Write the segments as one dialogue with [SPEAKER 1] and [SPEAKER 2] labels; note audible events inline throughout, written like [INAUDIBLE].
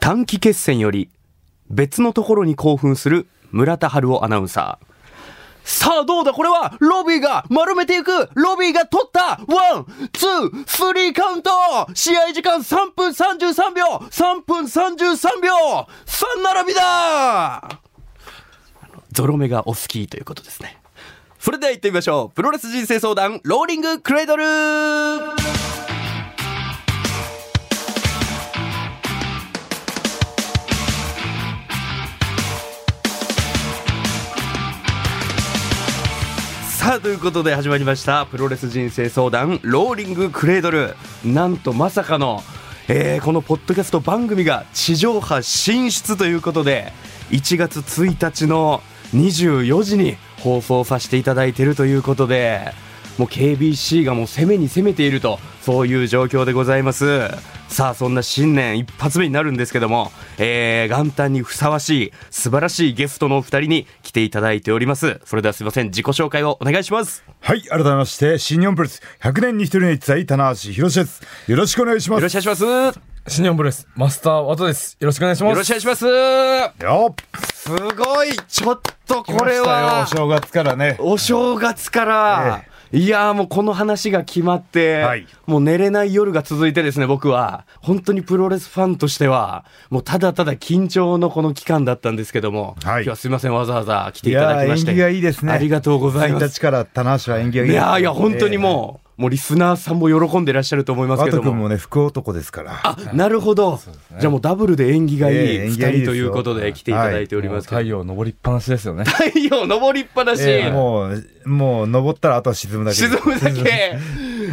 [SPEAKER 1] 短期決戦より別のところに興奮する村田春夫アナウンサーさあどうだこれはロビーが丸めていくロビーが取ったワンツースリーカウント試合時間3分33秒 !3 分33秒 !3 並びだあのゾロ目がお好きということですね。それでは行ってみましょうプロレス人生相談ローリングクレードルさあということで始まりましたプロレス人生相談ローリングクレードルなんとまさかの、えーこのポッドキャスト番組が地上波進出ということで1月1日の24時に放送させていただいているということでもう KBC がもう攻めに攻めているとそういう状況でございますさあそんな新年一発目になるんですけども、えー、元旦にふさわしい素晴らしいゲストのお二人に来ていただいておりますそれではすいません自己紹介をお願いします
[SPEAKER 2] はい、改めまして、新日本プロレス100年に一人の逸材、棚橋宏です。よろしくお願いしま
[SPEAKER 1] よ
[SPEAKER 2] す。
[SPEAKER 1] ろしくお願いします
[SPEAKER 3] 新日本プロレス、マスターワトです。よろしくお願いします。
[SPEAKER 1] よろしくお願いします
[SPEAKER 2] よ
[SPEAKER 1] すごいちょっと
[SPEAKER 2] っ
[SPEAKER 1] これは
[SPEAKER 2] 来ましたよお正月からね。
[SPEAKER 1] お正月から、いやーもうこの話が決まって、
[SPEAKER 2] はい
[SPEAKER 1] もう寝れない夜が続いてですね、僕は。本当にプロレスファンとしては、もうただただ緊張のこの期間だったんですけども、
[SPEAKER 2] は
[SPEAKER 1] 今
[SPEAKER 2] い
[SPEAKER 1] 日はすいません、わざわざ来ていただきまして。
[SPEAKER 2] いやー縁起がいいですね
[SPEAKER 1] ありがとうございま
[SPEAKER 2] 1
[SPEAKER 1] す
[SPEAKER 2] 日。から棚橋は演技がい
[SPEAKER 1] い
[SPEAKER 2] いですね
[SPEAKER 1] やーいや、本当にもう、もうリスナーさんも喜んでらっしゃると思います
[SPEAKER 2] ワ
[SPEAKER 1] け
[SPEAKER 2] ト
[SPEAKER 1] ど
[SPEAKER 2] 君
[SPEAKER 1] も。
[SPEAKER 2] もね、福男ですから。
[SPEAKER 1] あ、なるほど。じゃあもうダブルで縁起がいい
[SPEAKER 2] ええ
[SPEAKER 1] 2
[SPEAKER 2] 縁起がいいです
[SPEAKER 1] 人
[SPEAKER 2] よ
[SPEAKER 1] ということで来ていただいており
[SPEAKER 3] もう
[SPEAKER 1] ますけど。
[SPEAKER 3] 太陽昇りっぱなしですよ
[SPEAKER 1] [LAUGHS]
[SPEAKER 3] ね。
[SPEAKER 1] 太陽昇りっぱなし。
[SPEAKER 2] えーもう、もう、登ったらあとは沈むだけ。
[SPEAKER 1] 沈
[SPEAKER 2] [LAUGHS]
[SPEAKER 1] むだけ。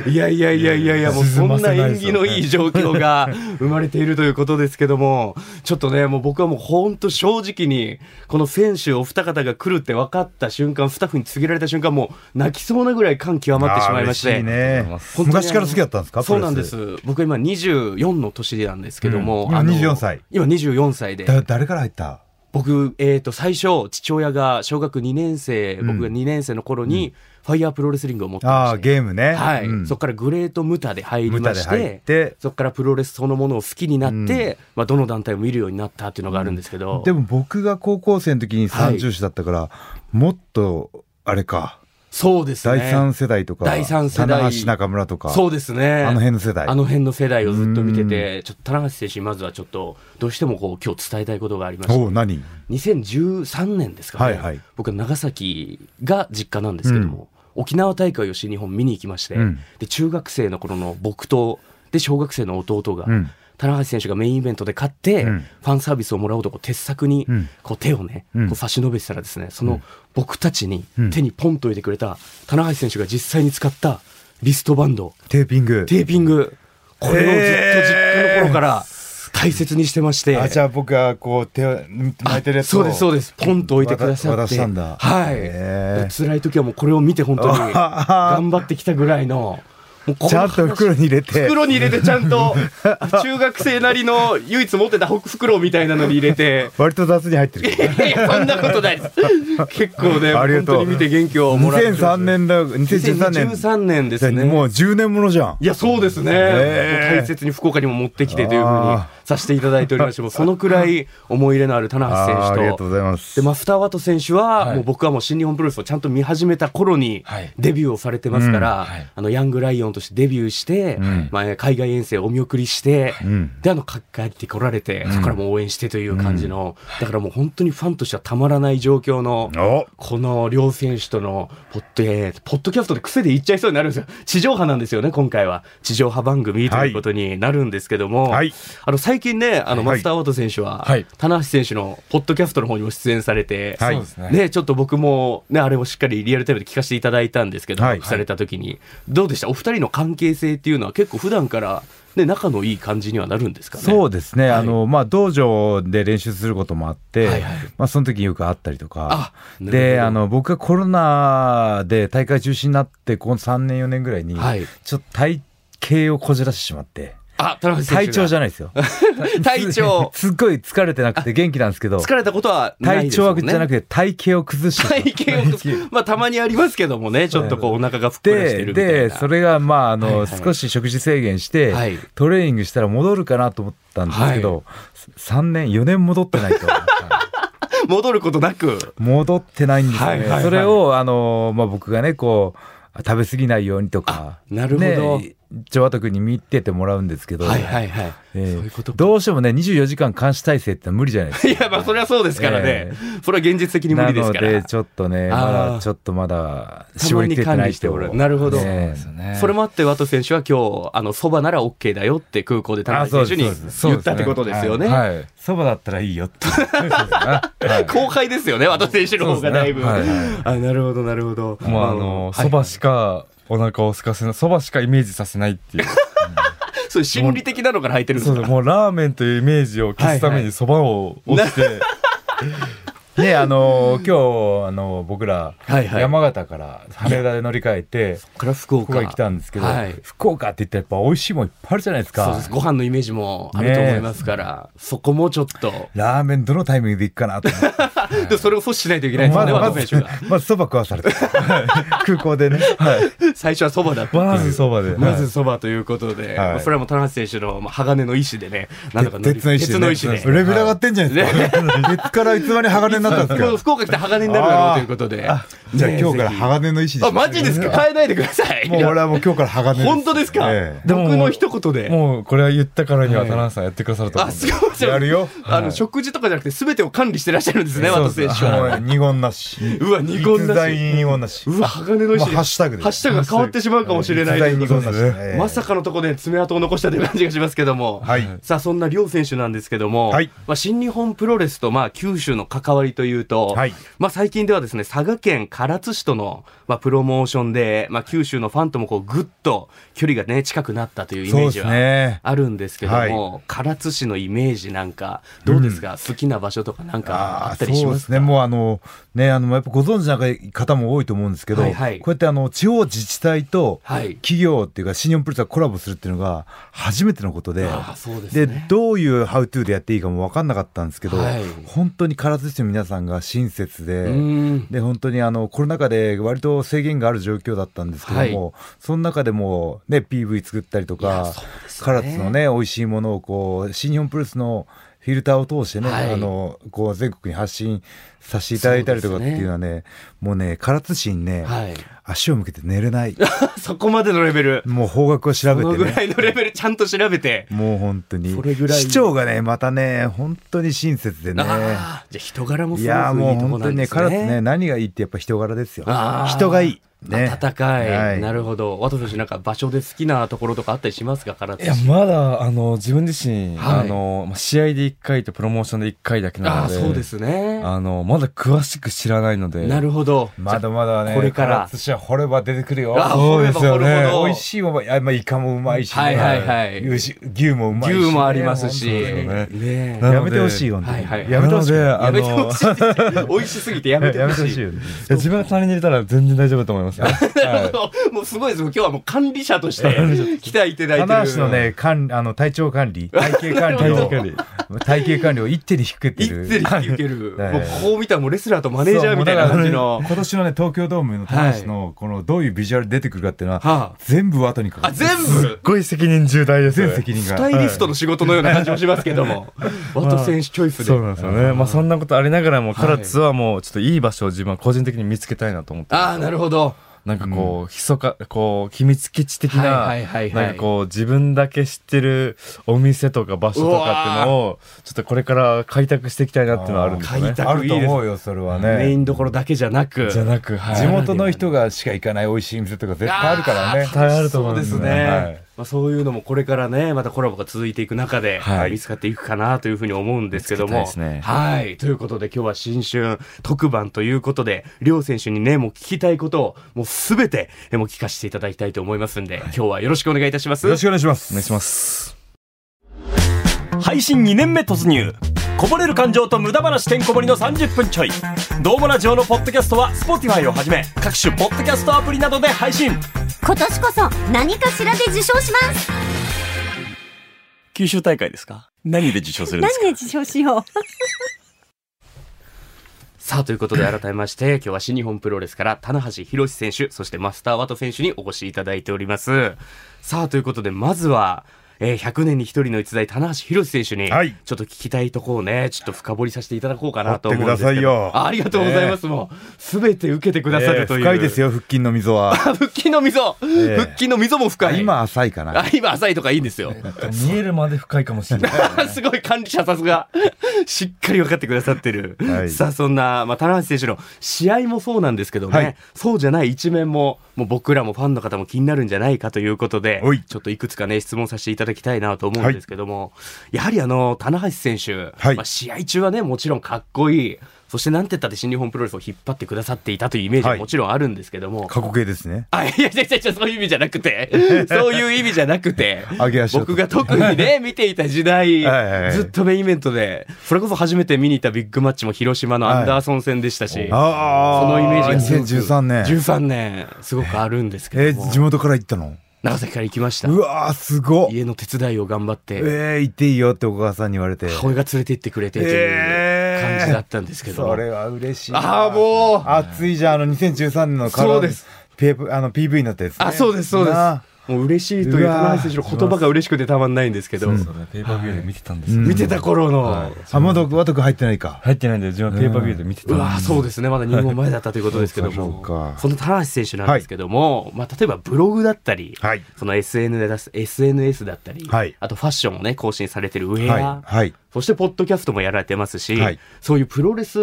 [SPEAKER 1] いやいやいやいやいや、もうそ
[SPEAKER 2] 沈ま
[SPEAKER 1] ん
[SPEAKER 2] せな
[SPEAKER 1] ない縁起のいい状況が
[SPEAKER 2] [LAUGHS]
[SPEAKER 1] 生まれているということですけども、ちょっとね、もう僕はもうほんと正直に、この選手お二方が来るって分かった瞬間、スタッフに告げられた瞬間、もう泣きそうなぐらい感極まってしまいまし
[SPEAKER 2] あー
[SPEAKER 1] て。
[SPEAKER 2] 嬉ね
[SPEAKER 3] 本
[SPEAKER 1] 当に
[SPEAKER 2] 昔から好きだったんですか
[SPEAKER 1] そうなんで。
[SPEAKER 2] プロ
[SPEAKER 1] す。僕は今24の年なんですけども。
[SPEAKER 2] うん今
[SPEAKER 1] あの
[SPEAKER 2] 24歳。
[SPEAKER 1] 今24歳で
[SPEAKER 2] レ。スだ誰から入った
[SPEAKER 1] 僕、えー、と最初父親が小学2年生、僕が2年生の頃に、ファイヤープロレスリングを持ってま
[SPEAKER 2] あ
[SPEAKER 1] し
[SPEAKER 2] あ、
[SPEAKER 1] て
[SPEAKER 2] ゲームね。
[SPEAKER 1] はい
[SPEAKER 2] うん
[SPEAKER 1] そこからグレートムタで入りまし
[SPEAKER 2] ムタで入
[SPEAKER 1] て
[SPEAKER 2] って
[SPEAKER 1] そこからプロレスそのものを好きになって、まあ、どの団体も見るようになったっていうのがあるんですけど、
[SPEAKER 2] でも僕が高校生の時に
[SPEAKER 1] はい
[SPEAKER 2] 三重視だったから、もっと、あれか、
[SPEAKER 1] そうですね
[SPEAKER 2] 第三世代とか、
[SPEAKER 1] 第三世代
[SPEAKER 2] 棚橋中村とか。
[SPEAKER 1] そうですね
[SPEAKER 2] あの辺の世代
[SPEAKER 1] あの辺の世代をずっと見ててちょっと田中選手にまずはちょっとどうしてもこう今日伝えたいことがありまして
[SPEAKER 2] おう何
[SPEAKER 1] 2013年ですかね、
[SPEAKER 2] はいはい
[SPEAKER 1] 僕は長崎が実家なんですけども、沖縄大会を新日本見に行きまして、
[SPEAKER 2] うん
[SPEAKER 1] で中学生の頃の僕とで小学生の弟が、
[SPEAKER 2] うん
[SPEAKER 1] 田中選手がメインイベントで勝って、
[SPEAKER 2] うん
[SPEAKER 1] ファンサービスをもらおうとこう鉄柵に
[SPEAKER 2] うん
[SPEAKER 1] こう手をね、
[SPEAKER 2] うん
[SPEAKER 1] こう差し伸べてたらですねその僕たちに
[SPEAKER 2] うん
[SPEAKER 1] 手にポンと入れてくれた田中選手が実際に使ったリストバンド
[SPEAKER 2] テーピング。
[SPEAKER 1] テーピングこれをずっと実家の頃から大切にしてまして。
[SPEAKER 2] あ、じゃあ僕がこう手を巻いてるやつを。
[SPEAKER 1] そうですそうですポンと置いてくださって
[SPEAKER 2] 渡渡したんだ
[SPEAKER 1] はい
[SPEAKER 2] へー
[SPEAKER 1] 辛い時はもうこれを見て本当に
[SPEAKER 2] [LAUGHS]
[SPEAKER 1] 頑張ってきたぐらいのもうこの
[SPEAKER 2] ちゃんと袋に入れて。
[SPEAKER 1] 袋に入れてちゃん
[SPEAKER 2] [LAUGHS]
[SPEAKER 1] と中学生なりの唯一持ってた袋みたいなのに入れて [LAUGHS]
[SPEAKER 2] 割と雑に入ってるけど。
[SPEAKER 1] いやそんなことないです結構ね
[SPEAKER 2] ありが
[SPEAKER 1] 本
[SPEAKER 2] とう
[SPEAKER 1] 当に見て元気をもらってます
[SPEAKER 2] 2003年だ、2013年。
[SPEAKER 1] 2013年ですね
[SPEAKER 2] もう10年ものじゃん。
[SPEAKER 1] いや、そうですね。
[SPEAKER 2] ええ
[SPEAKER 1] 大切に福岡にも持ってきてというふうに
[SPEAKER 2] あ
[SPEAKER 1] させていただいておりまして、もうそのくらい思い入れのある棚橋選手
[SPEAKER 2] あーあ
[SPEAKER 1] と、
[SPEAKER 2] りがとうございます
[SPEAKER 1] で、マフターワト選手は、
[SPEAKER 3] はい
[SPEAKER 1] もう僕はもう新日本プロレスをちゃんと見始めた頃に
[SPEAKER 3] はい
[SPEAKER 1] デビューをされてますから、
[SPEAKER 3] うんはい
[SPEAKER 1] あの、ヤングライオンとしてデビューして、
[SPEAKER 2] ん
[SPEAKER 1] まあ、海外遠征をお見送りして、
[SPEAKER 2] うん
[SPEAKER 1] で、あの、か帰ってこられて、そこからもう応援してという感じの、だからもう本当にファンとしてはたまらない状況の、
[SPEAKER 2] お
[SPEAKER 1] この両選手とのポッド、えーポッドキャストで癖で言っちゃいそうになるんですよ。地上波なんですよね、今回は。地上波番組ということになるんですけども、
[SPEAKER 2] はい
[SPEAKER 1] あの最近ね、あの
[SPEAKER 2] は
[SPEAKER 1] マ
[SPEAKER 2] い
[SPEAKER 1] スター・ワト選手は、
[SPEAKER 3] はい
[SPEAKER 1] 棚橋選手のポッドキャストの方にも出演されて、
[SPEAKER 2] はい
[SPEAKER 3] そうですね。
[SPEAKER 1] ね、ちょっと僕も、ね、あれもしっかりリアルタイムで聞かせていただいたんですけど、
[SPEAKER 2] はい
[SPEAKER 1] された時に、どうでしたお二人の関係性っていうのは結構普段から、ね、仲のいい感じにはなるんですかね。
[SPEAKER 2] そうですね、
[SPEAKER 1] はい
[SPEAKER 2] あのまあ、道場で練習することもあって、
[SPEAKER 1] はいはい
[SPEAKER 2] まあ、その時によく会ったりと
[SPEAKER 1] あな
[SPEAKER 2] か、
[SPEAKER 1] るほ
[SPEAKER 2] で
[SPEAKER 1] ど
[SPEAKER 2] あの僕がコロナで大会中止になって、この3年、4年ぐらいに、
[SPEAKER 1] はい
[SPEAKER 2] ちょっと体型をこじらしてしまって、
[SPEAKER 1] あ、田中選手
[SPEAKER 2] 体
[SPEAKER 1] が
[SPEAKER 2] 調じゃない
[SPEAKER 1] [LAUGHS]
[SPEAKER 2] ですよ。
[SPEAKER 1] 体調
[SPEAKER 2] すっごい疲れてなくて元気なんですけど、
[SPEAKER 1] 疲れたことはない
[SPEAKER 2] 体
[SPEAKER 1] です
[SPEAKER 2] 調
[SPEAKER 1] もん
[SPEAKER 2] 悪
[SPEAKER 1] ね。
[SPEAKER 2] じゃなくて体型を崩して
[SPEAKER 1] 体型
[SPEAKER 2] [LAUGHS]
[SPEAKER 1] を、まあたまにありますけどもね、ちょっとこうお腹がふっくらして
[SPEAKER 2] で、
[SPEAKER 1] るみたいな。
[SPEAKER 2] で、それが、まあ、あの、
[SPEAKER 1] はいはい
[SPEAKER 2] 少し食事制限して、
[SPEAKER 1] はい
[SPEAKER 2] トレーニングしたら戻るかなと思ったんですけど、3年、4年戻ってないと。
[SPEAKER 1] [LAUGHS] 戻ることなく。
[SPEAKER 2] 戻ってないんですよね。
[SPEAKER 1] はいはいはい
[SPEAKER 2] それを、あの、まあ、僕がね、こう、食べ過ぎないようにとか、
[SPEAKER 1] なるほど。
[SPEAKER 2] ね、ジョアト君に見ててもらうんですけど、
[SPEAKER 1] はいはいはい。
[SPEAKER 2] えー
[SPEAKER 1] そういうことか [LAUGHS]
[SPEAKER 2] どうしてもね、24時間監視体制って無理じゃないですか。
[SPEAKER 1] いや、まあそれはそうですからね
[SPEAKER 2] え。
[SPEAKER 1] それは現実的に無
[SPEAKER 2] な
[SPEAKER 1] 理です
[SPEAKER 2] の
[SPEAKER 1] から。
[SPEAKER 2] で、ちょっとね、
[SPEAKER 1] あー
[SPEAKER 2] まだ、ちょっとまだ、絞り切れ
[SPEAKER 1] たま
[SPEAKER 2] てない人
[SPEAKER 1] に管理しておられるなるほど
[SPEAKER 2] ね
[SPEAKER 3] すよね
[SPEAKER 1] それもあって、ワト選手は今日、あの、そばなら OK だよって空港で田中選手に
[SPEAKER 2] あそうです
[SPEAKER 1] 言ったってことですよね。
[SPEAKER 3] はいはい
[SPEAKER 2] そばだったらいいよって。
[SPEAKER 3] はい
[SPEAKER 1] 後輩ですよね、ワト選手の方がだいぶ。
[SPEAKER 3] そうですねはい
[SPEAKER 1] あ、なるほど、なるほど。
[SPEAKER 3] もうあの
[SPEAKER 1] はい
[SPEAKER 3] そばしかお腹を空かせないそばしかイメージさせないっていう
[SPEAKER 1] そう、心理的なのから入ってるんで
[SPEAKER 3] そ
[SPEAKER 1] す
[SPEAKER 3] う
[SPEAKER 1] か
[SPEAKER 3] ですもうラーメンというイメージを消すためにそばを押 [LAUGHS] して
[SPEAKER 2] ねあの今日あの僕ら
[SPEAKER 1] はいはい
[SPEAKER 2] 山形から羽田で乗り換えて
[SPEAKER 1] これは福
[SPEAKER 2] 福岡に来たんですけど、
[SPEAKER 1] はい
[SPEAKER 2] 福岡って言ったらやっぱ美味しいもんいっぱいあるじゃないです
[SPEAKER 1] そう
[SPEAKER 2] か
[SPEAKER 1] です。ご飯のイメージもあると思いますから、そこもちょっと。
[SPEAKER 2] ラーメンどのタイミングで行くかなと思
[SPEAKER 1] [LAUGHS]
[SPEAKER 2] って
[SPEAKER 1] で、それを阻止しないといけないですよ
[SPEAKER 2] ま
[SPEAKER 1] ね、
[SPEAKER 2] ず
[SPEAKER 1] ワ
[SPEAKER 2] ま
[SPEAKER 1] ト
[SPEAKER 2] ず
[SPEAKER 1] 選手が。
[SPEAKER 2] [LAUGHS] まずそば食わされ
[SPEAKER 1] [LAUGHS]
[SPEAKER 2] て空港でね、
[SPEAKER 1] 最初はそばだった。
[SPEAKER 3] まずそばで
[SPEAKER 1] まずそばということで、
[SPEAKER 2] はい
[SPEAKER 1] まあそれはもう田中選手のまあ鋼の意志でね、なんとか乗り
[SPEAKER 2] 鉄の意志
[SPEAKER 1] 鉄
[SPEAKER 2] でね
[SPEAKER 1] の意志で。
[SPEAKER 2] レベル上がってんじゃないですか、鉄からいつまに鋼になったんです
[SPEAKER 1] もう
[SPEAKER 2] か
[SPEAKER 1] 福岡来て鋼になるだろうということで。
[SPEAKER 2] じゃあ
[SPEAKER 1] ねえ
[SPEAKER 2] 今日から
[SPEAKER 1] ぜひ
[SPEAKER 4] 鋼の意志で
[SPEAKER 1] あ、マジですか変えないでください。
[SPEAKER 4] もう俺はもう今日から鋼です
[SPEAKER 1] 本当ですか、
[SPEAKER 4] え
[SPEAKER 3] でも
[SPEAKER 1] 僕の一言で。
[SPEAKER 3] もうこれは言ったからには田中さんやってくださると思う
[SPEAKER 1] あ、
[SPEAKER 3] んです
[SPEAKER 1] ごいじゃん
[SPEAKER 4] やるよ
[SPEAKER 1] あの、食事とかじゃなくて全てを管理してらっしゃるんですね、ワト選手
[SPEAKER 4] え
[SPEAKER 1] は。
[SPEAKER 4] もう二言なし
[SPEAKER 1] うわ、二言
[SPEAKER 4] 逸
[SPEAKER 1] だ
[SPEAKER 4] 材
[SPEAKER 1] し。
[SPEAKER 4] に二言なし
[SPEAKER 1] うわ、鋼の意志
[SPEAKER 4] もうハッシュタグで
[SPEAKER 1] ハッシュタグが変わってしまうかもしれないということで
[SPEAKER 4] 実在にございますね
[SPEAKER 1] まさかのとこで爪痕を残したという感じがしますけども。
[SPEAKER 4] はい
[SPEAKER 1] さあ、そんな両選手なんですけども、
[SPEAKER 4] はい
[SPEAKER 1] まあ、新日本プロレスと、まあ、九州の関わりというと、
[SPEAKER 4] はい
[SPEAKER 1] まあ、最近ではですね、佐賀県唐津市との、まあ、プロモーションで、まあ、九州のファンともこう、ぐっと距離がね、近くなったというイ
[SPEAKER 2] そう
[SPEAKER 1] メー
[SPEAKER 2] で
[SPEAKER 1] ジ
[SPEAKER 2] す
[SPEAKER 1] は
[SPEAKER 2] ね
[SPEAKER 1] あるんですけども、唐津市のイメージなんか、どうですか、好きな場所とかなんかあ
[SPEAKER 2] あ
[SPEAKER 1] ったりし
[SPEAKER 2] そう
[SPEAKER 1] ま
[SPEAKER 2] ですすね、もうあの、ね、あの、やっぱご存知ない方も多いと思うんですけど、
[SPEAKER 1] はいはい
[SPEAKER 2] こうやってあの、地方自治体と
[SPEAKER 1] はい
[SPEAKER 2] 企業っていうか、新日本プロレスがコラボするっていうのが初めてのことで、
[SPEAKER 1] ああそうですね
[SPEAKER 2] どういうハウトゥーでやっていいかも分かんなかったんですけど、
[SPEAKER 1] はい
[SPEAKER 2] 本当に唐津市の皆さんが親切で、
[SPEAKER 1] うん
[SPEAKER 2] で本当にあのコロナ禍で割と制限がある状況だったんですけども、その中でも、ね、PV 作ったりと
[SPEAKER 1] いや
[SPEAKER 2] か
[SPEAKER 1] そうですよ
[SPEAKER 2] 唐
[SPEAKER 1] ね
[SPEAKER 2] 津のね美味しいものをこう新日本プロレスのフィルターを通してね、
[SPEAKER 1] はい
[SPEAKER 2] あのこう全国に発信させていただいたりとかっていうのはねもうね唐津市にね、
[SPEAKER 1] はい。
[SPEAKER 2] 足を向けて寝れない [LAUGHS]
[SPEAKER 1] そこまでのレベル。
[SPEAKER 2] もう方角を調
[SPEAKER 1] そ
[SPEAKER 2] べ
[SPEAKER 1] の
[SPEAKER 2] て
[SPEAKER 1] ぐ
[SPEAKER 2] ね
[SPEAKER 1] らいのレベルちゃんと調べて。
[SPEAKER 2] もう本当に
[SPEAKER 1] それぐらい
[SPEAKER 2] 市長がねまたね本当に親切でね
[SPEAKER 1] ああ、じゃあ人柄も
[SPEAKER 2] い
[SPEAKER 1] すごくいい
[SPEAKER 2] やーもう
[SPEAKER 1] とこ
[SPEAKER 2] 本
[SPEAKER 1] な
[SPEAKER 2] 当
[SPEAKER 1] ん
[SPEAKER 2] に
[SPEAKER 1] で
[SPEAKER 2] ね
[SPEAKER 1] す
[SPEAKER 2] 唐津
[SPEAKER 1] ね。
[SPEAKER 2] ね何がいいってやっぱ人柄ですよ
[SPEAKER 1] あー
[SPEAKER 2] 人がいいね
[SPEAKER 1] 暖かい,、
[SPEAKER 2] はい
[SPEAKER 1] なるほど。ワト選手なんか場所で好きなところとかあったりしますか、唐津
[SPEAKER 3] [LAUGHS] いや
[SPEAKER 1] 市。
[SPEAKER 3] まだあの自分自身、
[SPEAKER 1] はい
[SPEAKER 3] あのまあ試合で1回とプロモーションで1回だけな
[SPEAKER 1] あ
[SPEAKER 3] の
[SPEAKER 1] あ、
[SPEAKER 3] で
[SPEAKER 1] そうですね。
[SPEAKER 3] あのまだ詳しく知らないので
[SPEAKER 1] なるほど。
[SPEAKER 2] まだまだね
[SPEAKER 1] これから
[SPEAKER 2] 唐津市は掘れば出てくるよ
[SPEAKER 1] あ
[SPEAKER 3] そうです
[SPEAKER 1] 掘
[SPEAKER 3] よね
[SPEAKER 1] れば掘るほど
[SPEAKER 2] 美味しいもんあまあイカもうまいしね、
[SPEAKER 1] はいはいはい
[SPEAKER 2] 牛牛もうまいしね、
[SPEAKER 1] 牛もありますし。
[SPEAKER 2] 本
[SPEAKER 1] ねえ
[SPEAKER 2] 当
[SPEAKER 3] な
[SPEAKER 2] に
[SPEAKER 3] の
[SPEAKER 2] やめ
[SPEAKER 3] で
[SPEAKER 2] てほしいよ、本当に
[SPEAKER 1] はいはい
[SPEAKER 2] やめてほしい
[SPEAKER 3] なので
[SPEAKER 1] やめてほしいって。
[SPEAKER 2] [LAUGHS]
[SPEAKER 1] 美味しすぎてやめて
[SPEAKER 2] や
[SPEAKER 1] ほ
[SPEAKER 2] めてほ
[SPEAKER 1] し
[SPEAKER 2] しい
[SPEAKER 1] い。
[SPEAKER 2] よね
[SPEAKER 3] いや自分が隣にいれたら全然大丈夫だと思います、
[SPEAKER 1] な
[SPEAKER 3] ね
[SPEAKER 1] る
[SPEAKER 3] は
[SPEAKER 1] ほ [LAUGHS] どもうすごいです。今日はもう管理者として来ていただいて
[SPEAKER 2] 棚
[SPEAKER 1] る。
[SPEAKER 2] 橋のね管あの体調管 [LAUGHS] 理体型管理を
[SPEAKER 3] 体型
[SPEAKER 2] 体型管理を一手に引くって
[SPEAKER 1] 一
[SPEAKER 2] いう
[SPEAKER 1] 手に引き受ける。
[SPEAKER 2] はい
[SPEAKER 1] もうこう見たらもうレスラーとマネージャーみたいな感じの。
[SPEAKER 2] 今年のね東京ドームの棚橋のこのどういうビジュアル出てくるかっていうのは、
[SPEAKER 1] は
[SPEAKER 2] 全部後にか
[SPEAKER 1] あ、
[SPEAKER 2] か
[SPEAKER 1] あ
[SPEAKER 2] る
[SPEAKER 1] 全
[SPEAKER 3] い、す
[SPEAKER 1] 部
[SPEAKER 3] っごい責任重大ですよ
[SPEAKER 2] 全
[SPEAKER 3] ね
[SPEAKER 2] 責任
[SPEAKER 1] ス
[SPEAKER 2] が
[SPEAKER 1] タイリストの仕事のような感じもしますけども、ワト選手チョイスで。
[SPEAKER 3] そうなんですよね、まあ、そんなことありながらも唐津はもうちょっといい場所を自分は個人的に見つけたいなと思って
[SPEAKER 1] ああ、なるほど。
[SPEAKER 3] なんかこう、ひそかこう秘密基地的な、
[SPEAKER 1] はいはいはいはい
[SPEAKER 3] なんかこう自分だけ知ってるお店とか場所とかっていうのをちょっとこれから開拓していきたいなっていうのはあるんですよ
[SPEAKER 1] 開
[SPEAKER 3] ね
[SPEAKER 1] 拓
[SPEAKER 2] あると
[SPEAKER 1] いいです
[SPEAKER 2] 思うよそれは
[SPEAKER 1] メイ
[SPEAKER 2] ね
[SPEAKER 1] ンどころだけじゃなく。
[SPEAKER 3] じゃなく、はい、
[SPEAKER 2] 地元の人がしか行かない美味しい店とか絶対あるからね
[SPEAKER 1] ー
[SPEAKER 3] 対あると思うん
[SPEAKER 1] そ
[SPEAKER 3] で
[SPEAKER 1] うですす
[SPEAKER 3] よ
[SPEAKER 1] ね。
[SPEAKER 3] はい
[SPEAKER 1] まあそういうのもこれからね、またコラボが続いていく中で、
[SPEAKER 3] はい
[SPEAKER 1] 見つかっていくかなというふうに思うんですけども。
[SPEAKER 3] 見つけたいですね
[SPEAKER 1] はい。ということで今日は新春特番ということで、両選手にね、もう聞きたいことを、もうすべて、えもう聞かせていただきたいと思いますんで、今日はよろしくお願いいたします。
[SPEAKER 2] よろしくお願いします
[SPEAKER 3] お願いします
[SPEAKER 5] 配信2年目突入こぼれる感情と無駄話てんこ盛りの30分ちょい「どうもラジオ」のポッドキャストは Spotify をはじめ各種ポッドキャストアプリなどで配信
[SPEAKER 6] 今年こそ何かしらで受賞します九州大会ですか何で受賞するんです
[SPEAKER 7] 何
[SPEAKER 6] か
[SPEAKER 7] で受賞しよう。
[SPEAKER 1] さあということで改めまして今日は新日本プロレスから棚橋宏選手そしてマスターワト選手にお越しいただいておりますさあということでまずは、えー100年に一人の逸材棚橋宏選手に、
[SPEAKER 2] はい
[SPEAKER 1] ちょっと聞きたいところをねちょっと深掘りさせていただこうかなと思うん
[SPEAKER 2] 掘
[SPEAKER 1] で
[SPEAKER 2] っ
[SPEAKER 1] す
[SPEAKER 2] て
[SPEAKER 1] け
[SPEAKER 2] くだ
[SPEAKER 1] ど
[SPEAKER 2] さいよ
[SPEAKER 1] あありがとうございます、もう全て受けてくださるという、
[SPEAKER 2] 深いですよ腹筋の溝は
[SPEAKER 1] あ [LAUGHS] 腹筋の溝、
[SPEAKER 2] え
[SPEAKER 1] 腹筋の溝も深い
[SPEAKER 2] 今浅いかな
[SPEAKER 1] あ今浅いとかいいんですよ
[SPEAKER 3] 見えるまで深いかもしれな
[SPEAKER 1] [LAUGHS]
[SPEAKER 3] い。
[SPEAKER 1] すごい管理者さすがしっかり分かってくださってる、
[SPEAKER 2] はい
[SPEAKER 1] さあそんな、まあ、棚橋選手の試合もそうなんですけどね、
[SPEAKER 2] はい
[SPEAKER 1] そうじゃない一面ももう僕らもファンの方も気になるんじゃないかということで
[SPEAKER 2] おい
[SPEAKER 1] ちょっといくつかね質問させていただきたいなと思うんですけども、やはりあの棚橋選手、
[SPEAKER 2] はい
[SPEAKER 1] まあ、試合中はねもちろんかっこいいそしてなんて言ったって新日本プロレスを引っ張ってくださっていたというイメージも
[SPEAKER 2] はい
[SPEAKER 1] もちろんあるんですけども、
[SPEAKER 2] 過去形ですね
[SPEAKER 1] あ、いやいやいやいや、そういう意味じゃなく
[SPEAKER 2] [LAUGHS]
[SPEAKER 1] て、そういう意味じゃなくて
[SPEAKER 2] 上げ、足を
[SPEAKER 1] 僕が特に
[SPEAKER 2] [LAUGHS]
[SPEAKER 1] ね、見ていた時代
[SPEAKER 2] はいはいは、い
[SPEAKER 1] ずっとメインイベントで、それこそ初めて見に行ったビッグマッチも広島のアンダーソン戦でしたし、
[SPEAKER 2] あ
[SPEAKER 1] そ
[SPEAKER 2] あ
[SPEAKER 1] のイメージがすごく
[SPEAKER 2] 2013年
[SPEAKER 1] 13年、すごくあるんです
[SPEAKER 2] え
[SPEAKER 1] けども
[SPEAKER 2] ー、地、元から行ったの
[SPEAKER 1] 長崎から行きました。
[SPEAKER 2] うわーすごっ
[SPEAKER 1] 家の手伝いを頑張って、
[SPEAKER 2] えー、行っていいよってお母さんに言われて
[SPEAKER 1] 母親が連れて行ってくれてという感じだったんですけども
[SPEAKER 2] そ。れは嬉しいな
[SPEAKER 1] ああ、もう、
[SPEAKER 2] 熱いじゃんあの2013年のカラー
[SPEAKER 1] そうです
[SPEAKER 2] PV あの PV になったやつ、ね、
[SPEAKER 1] あ、そうです、そうです
[SPEAKER 2] な。
[SPEAKER 1] もう嬉しいという
[SPEAKER 2] うわ
[SPEAKER 1] 棚橋選手の言葉が嬉しくてたまんないんですけど、
[SPEAKER 3] ペーパービューで見てたんです
[SPEAKER 2] よ
[SPEAKER 1] 見てた頃の、
[SPEAKER 2] ああまだ和徳入ってないか
[SPEAKER 3] 入ってないんで、自分はペーパービューで見てた
[SPEAKER 1] うんわー
[SPEAKER 3] です。
[SPEAKER 1] そうですね、まだ入門前だったということですけども、
[SPEAKER 2] [LAUGHS] そうかそう
[SPEAKER 1] の
[SPEAKER 2] か
[SPEAKER 1] 棚橋選手なんですけども、まあ、例えばブログだったり、
[SPEAKER 2] はい
[SPEAKER 1] その SNS だ SNS だったり、
[SPEAKER 2] はい
[SPEAKER 1] あとファッションもね、更新されてるウェア、
[SPEAKER 2] はいはい
[SPEAKER 1] そしてポッドキャストもやられてますし、
[SPEAKER 2] はい
[SPEAKER 1] そういうプロレス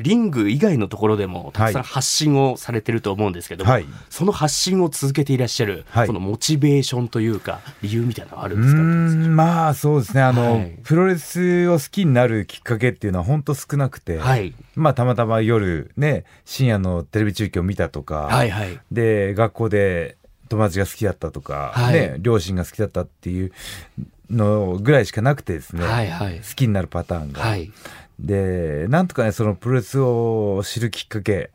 [SPEAKER 1] リング以外のところでも、たくさん
[SPEAKER 2] はい
[SPEAKER 1] 発信をされてると思うんですけども、
[SPEAKER 2] はい
[SPEAKER 1] その発信を続けていらっしゃる、
[SPEAKER 2] はい
[SPEAKER 1] そのモチベーションというか、理由みたいなのはある
[SPEAKER 2] うん
[SPEAKER 1] ですか、
[SPEAKER 2] ーんまあそうですねあの、
[SPEAKER 1] はい
[SPEAKER 2] プロレスを好きになるきっかけっていうのは本当少なくて、
[SPEAKER 1] はい、
[SPEAKER 2] まあたまたま夜ね深夜のテレビ中継を見たとか、
[SPEAKER 1] はいはい
[SPEAKER 2] で学校で友達が好きだったとか、
[SPEAKER 1] はい
[SPEAKER 2] ね、両親が好きだったっていうのぐらいしかなくてですね、
[SPEAKER 1] はいはい
[SPEAKER 2] 好きになるパターンが、
[SPEAKER 1] はい
[SPEAKER 2] でなんとかねそのプロレスを知るきっかけ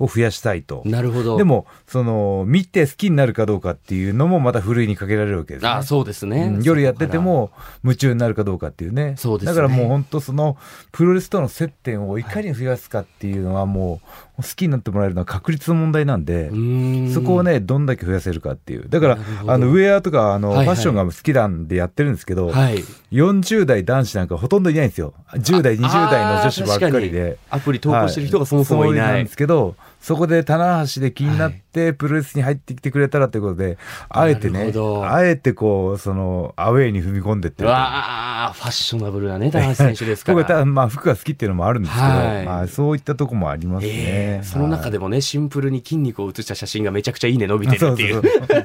[SPEAKER 2] を増やしたいと
[SPEAKER 1] なるほど
[SPEAKER 2] でもその見て好きになるかどうかっていうのもまたふるいにかけられるわけです、ね、
[SPEAKER 1] あそうですね、
[SPEAKER 2] うん夜やってても夢中になるかどうかっていうね
[SPEAKER 1] そうですね
[SPEAKER 2] だからもう本当そのプロレスとの接点をいかに増やすかっていうのはもう好きになってもらえるのは確率の問題なんで、
[SPEAKER 1] うーん
[SPEAKER 2] そこをねどんだけ増やせるかっていうだから
[SPEAKER 1] なるほど
[SPEAKER 2] あのウェアとかあの
[SPEAKER 1] は
[SPEAKER 2] フ
[SPEAKER 1] いは
[SPEAKER 2] ァ
[SPEAKER 1] い
[SPEAKER 2] ッションが好きなんでやってるんですけど、
[SPEAKER 1] はい、
[SPEAKER 2] 40代男子なんかほとんどいないんですよ10代20代の女子ばっかり
[SPEAKER 1] あー
[SPEAKER 2] で
[SPEAKER 1] 確。にアプリ投稿してる人がそもそもい
[SPEAKER 2] は
[SPEAKER 1] な
[SPEAKER 2] そうん
[SPEAKER 1] い、
[SPEAKER 2] ですけどそこで棚橋で気になってプロレスに入ってきてくれたらということで、あえて
[SPEAKER 1] なる
[SPEAKER 2] ね
[SPEAKER 1] ほど
[SPEAKER 2] あえてこうそのアウェーに踏み込んでって
[SPEAKER 1] う
[SPEAKER 2] るという
[SPEAKER 1] わあファッショナブルなね高橋選手ですか
[SPEAKER 2] [LAUGHS] 僕
[SPEAKER 1] ら
[SPEAKER 2] はただまあ服が好きっていうのもあるんですけど、
[SPEAKER 1] はい
[SPEAKER 2] まあ、そういったとこもありますね、
[SPEAKER 1] ええその中
[SPEAKER 2] で
[SPEAKER 1] でもねシンプルに筋肉を写した写真がめちゃくちゃいいね伸びて
[SPEAKER 2] そ
[SPEAKER 1] るっ
[SPEAKER 2] う
[SPEAKER 1] て
[SPEAKER 2] そ
[SPEAKER 1] い
[SPEAKER 2] うそううそう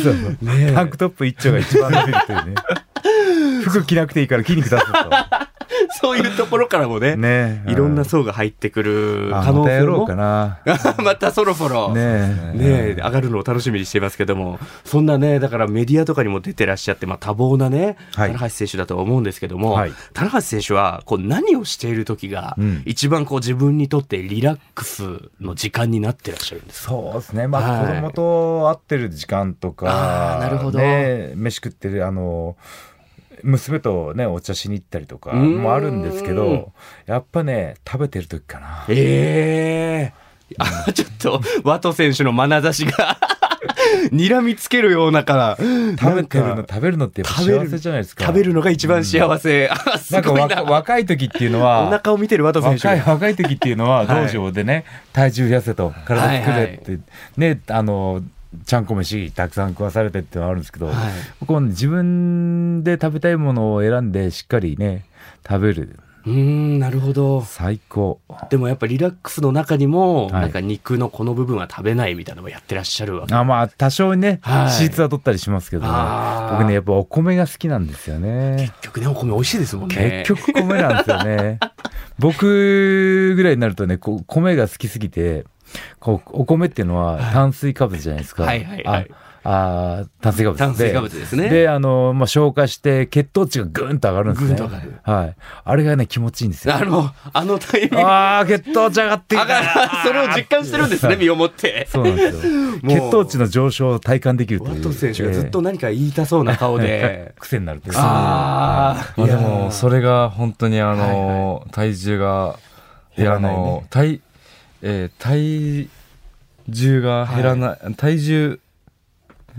[SPEAKER 2] そうタンクトップ一丁が一番伸びるというね [LAUGHS] 服着なくていいから筋肉出すと
[SPEAKER 1] そういうところからもね
[SPEAKER 2] ね [LAUGHS]
[SPEAKER 1] いろんな
[SPEAKER 2] う
[SPEAKER 1] 層が入ってくる
[SPEAKER 2] あ
[SPEAKER 1] 可能
[SPEAKER 2] またや
[SPEAKER 1] 性
[SPEAKER 2] ろう
[SPEAKER 1] も
[SPEAKER 2] かな
[SPEAKER 1] [LAUGHS] またそろそろ
[SPEAKER 2] ねえ
[SPEAKER 1] ねえ、上がるのを楽しみにしていますけども、そんなね、だからメディアとかにも出てらっしゃって、まあ、多忙なね、
[SPEAKER 2] はい
[SPEAKER 1] 棚橋選手だとは思うんですけども、
[SPEAKER 2] はい
[SPEAKER 1] 棚橋選手はこう何をしている時が、
[SPEAKER 2] うん
[SPEAKER 1] 一番こう自分にとってリラックスの時間になってらっしゃるんですか
[SPEAKER 2] そうですね、まあ、
[SPEAKER 1] はい
[SPEAKER 2] 子供と会ってる時間と
[SPEAKER 1] あー
[SPEAKER 2] か、
[SPEAKER 1] なるほど
[SPEAKER 2] ね、飯食ってるあの娘と、ね、お茶しに行ったりとか
[SPEAKER 1] うーん
[SPEAKER 2] もあるんですけどやっぱね食べてる時かな。
[SPEAKER 1] ええあ、ちょっと、ワト選手の眼差しが、 [LAUGHS] 睨みつけるようなから、
[SPEAKER 2] 食べてるの
[SPEAKER 1] なんか
[SPEAKER 2] 食べるのってやっぱ
[SPEAKER 1] 食べる
[SPEAKER 2] 幸せじゃないですか
[SPEAKER 1] 食べるのが一番幸せ。あす
[SPEAKER 2] なんか
[SPEAKER 1] ごい
[SPEAKER 2] 若
[SPEAKER 1] な。
[SPEAKER 2] 若い時っていうの
[SPEAKER 1] お
[SPEAKER 2] は
[SPEAKER 1] 腹を見てるワト選手
[SPEAKER 2] 若い
[SPEAKER 1] が。
[SPEAKER 2] 若い時っていうの
[SPEAKER 1] は
[SPEAKER 2] は
[SPEAKER 1] い
[SPEAKER 2] 道場でね、体重痩せと体作れって、ねあのちゃんこ飯たくさん食わされてってのはあるんですけど、
[SPEAKER 1] はい
[SPEAKER 2] 僕は自分で食べたいものを選んでしっかりね食べる
[SPEAKER 1] うーん、なるほど。
[SPEAKER 2] 最高
[SPEAKER 1] でもやっぱリラックスの中にも、
[SPEAKER 2] はい
[SPEAKER 1] なんか肉のこの部分は食べないみたいなのもやってらっしゃるわけ。
[SPEAKER 2] あまあ多少ね、
[SPEAKER 1] はい
[SPEAKER 2] 脂質は取ったりしますけどね
[SPEAKER 1] あー
[SPEAKER 2] 僕ねやっぱお米が好きなんですよね
[SPEAKER 1] 結局ね、お米美味しいですもんね
[SPEAKER 2] 結。局米なんです
[SPEAKER 1] [LAUGHS]
[SPEAKER 2] よね僕ぐらいになるとねこう米が好きすぎてこうお米っていうのは炭水化物じゃないですか、
[SPEAKER 1] はいはいはいはい
[SPEAKER 4] あ
[SPEAKER 2] あ
[SPEAKER 4] ー炭水化物で
[SPEAKER 1] 炭水化物ですね
[SPEAKER 4] であの、まあ、消化して血糖値がぐんと上がるんですね
[SPEAKER 1] ぐんと上がる
[SPEAKER 4] はい、あれがね気持ちいいんですよ
[SPEAKER 1] あの、あのタイミング。
[SPEAKER 4] あー血糖値上がってき
[SPEAKER 1] あ
[SPEAKER 4] た
[SPEAKER 1] がそれを実感してるんですね、身をもって。
[SPEAKER 4] そうなんですよ
[SPEAKER 1] もう
[SPEAKER 4] 血糖値の上昇を体感できると
[SPEAKER 1] ワ
[SPEAKER 4] いう。
[SPEAKER 1] ト選手がずっと何か言いたそうな顔で
[SPEAKER 4] 癖になるという
[SPEAKER 1] ああ、
[SPEAKER 3] まあでも、それが本当にあ
[SPEAKER 1] は
[SPEAKER 3] の、体重が、いや、あの、体、えー体重が減らない、体重、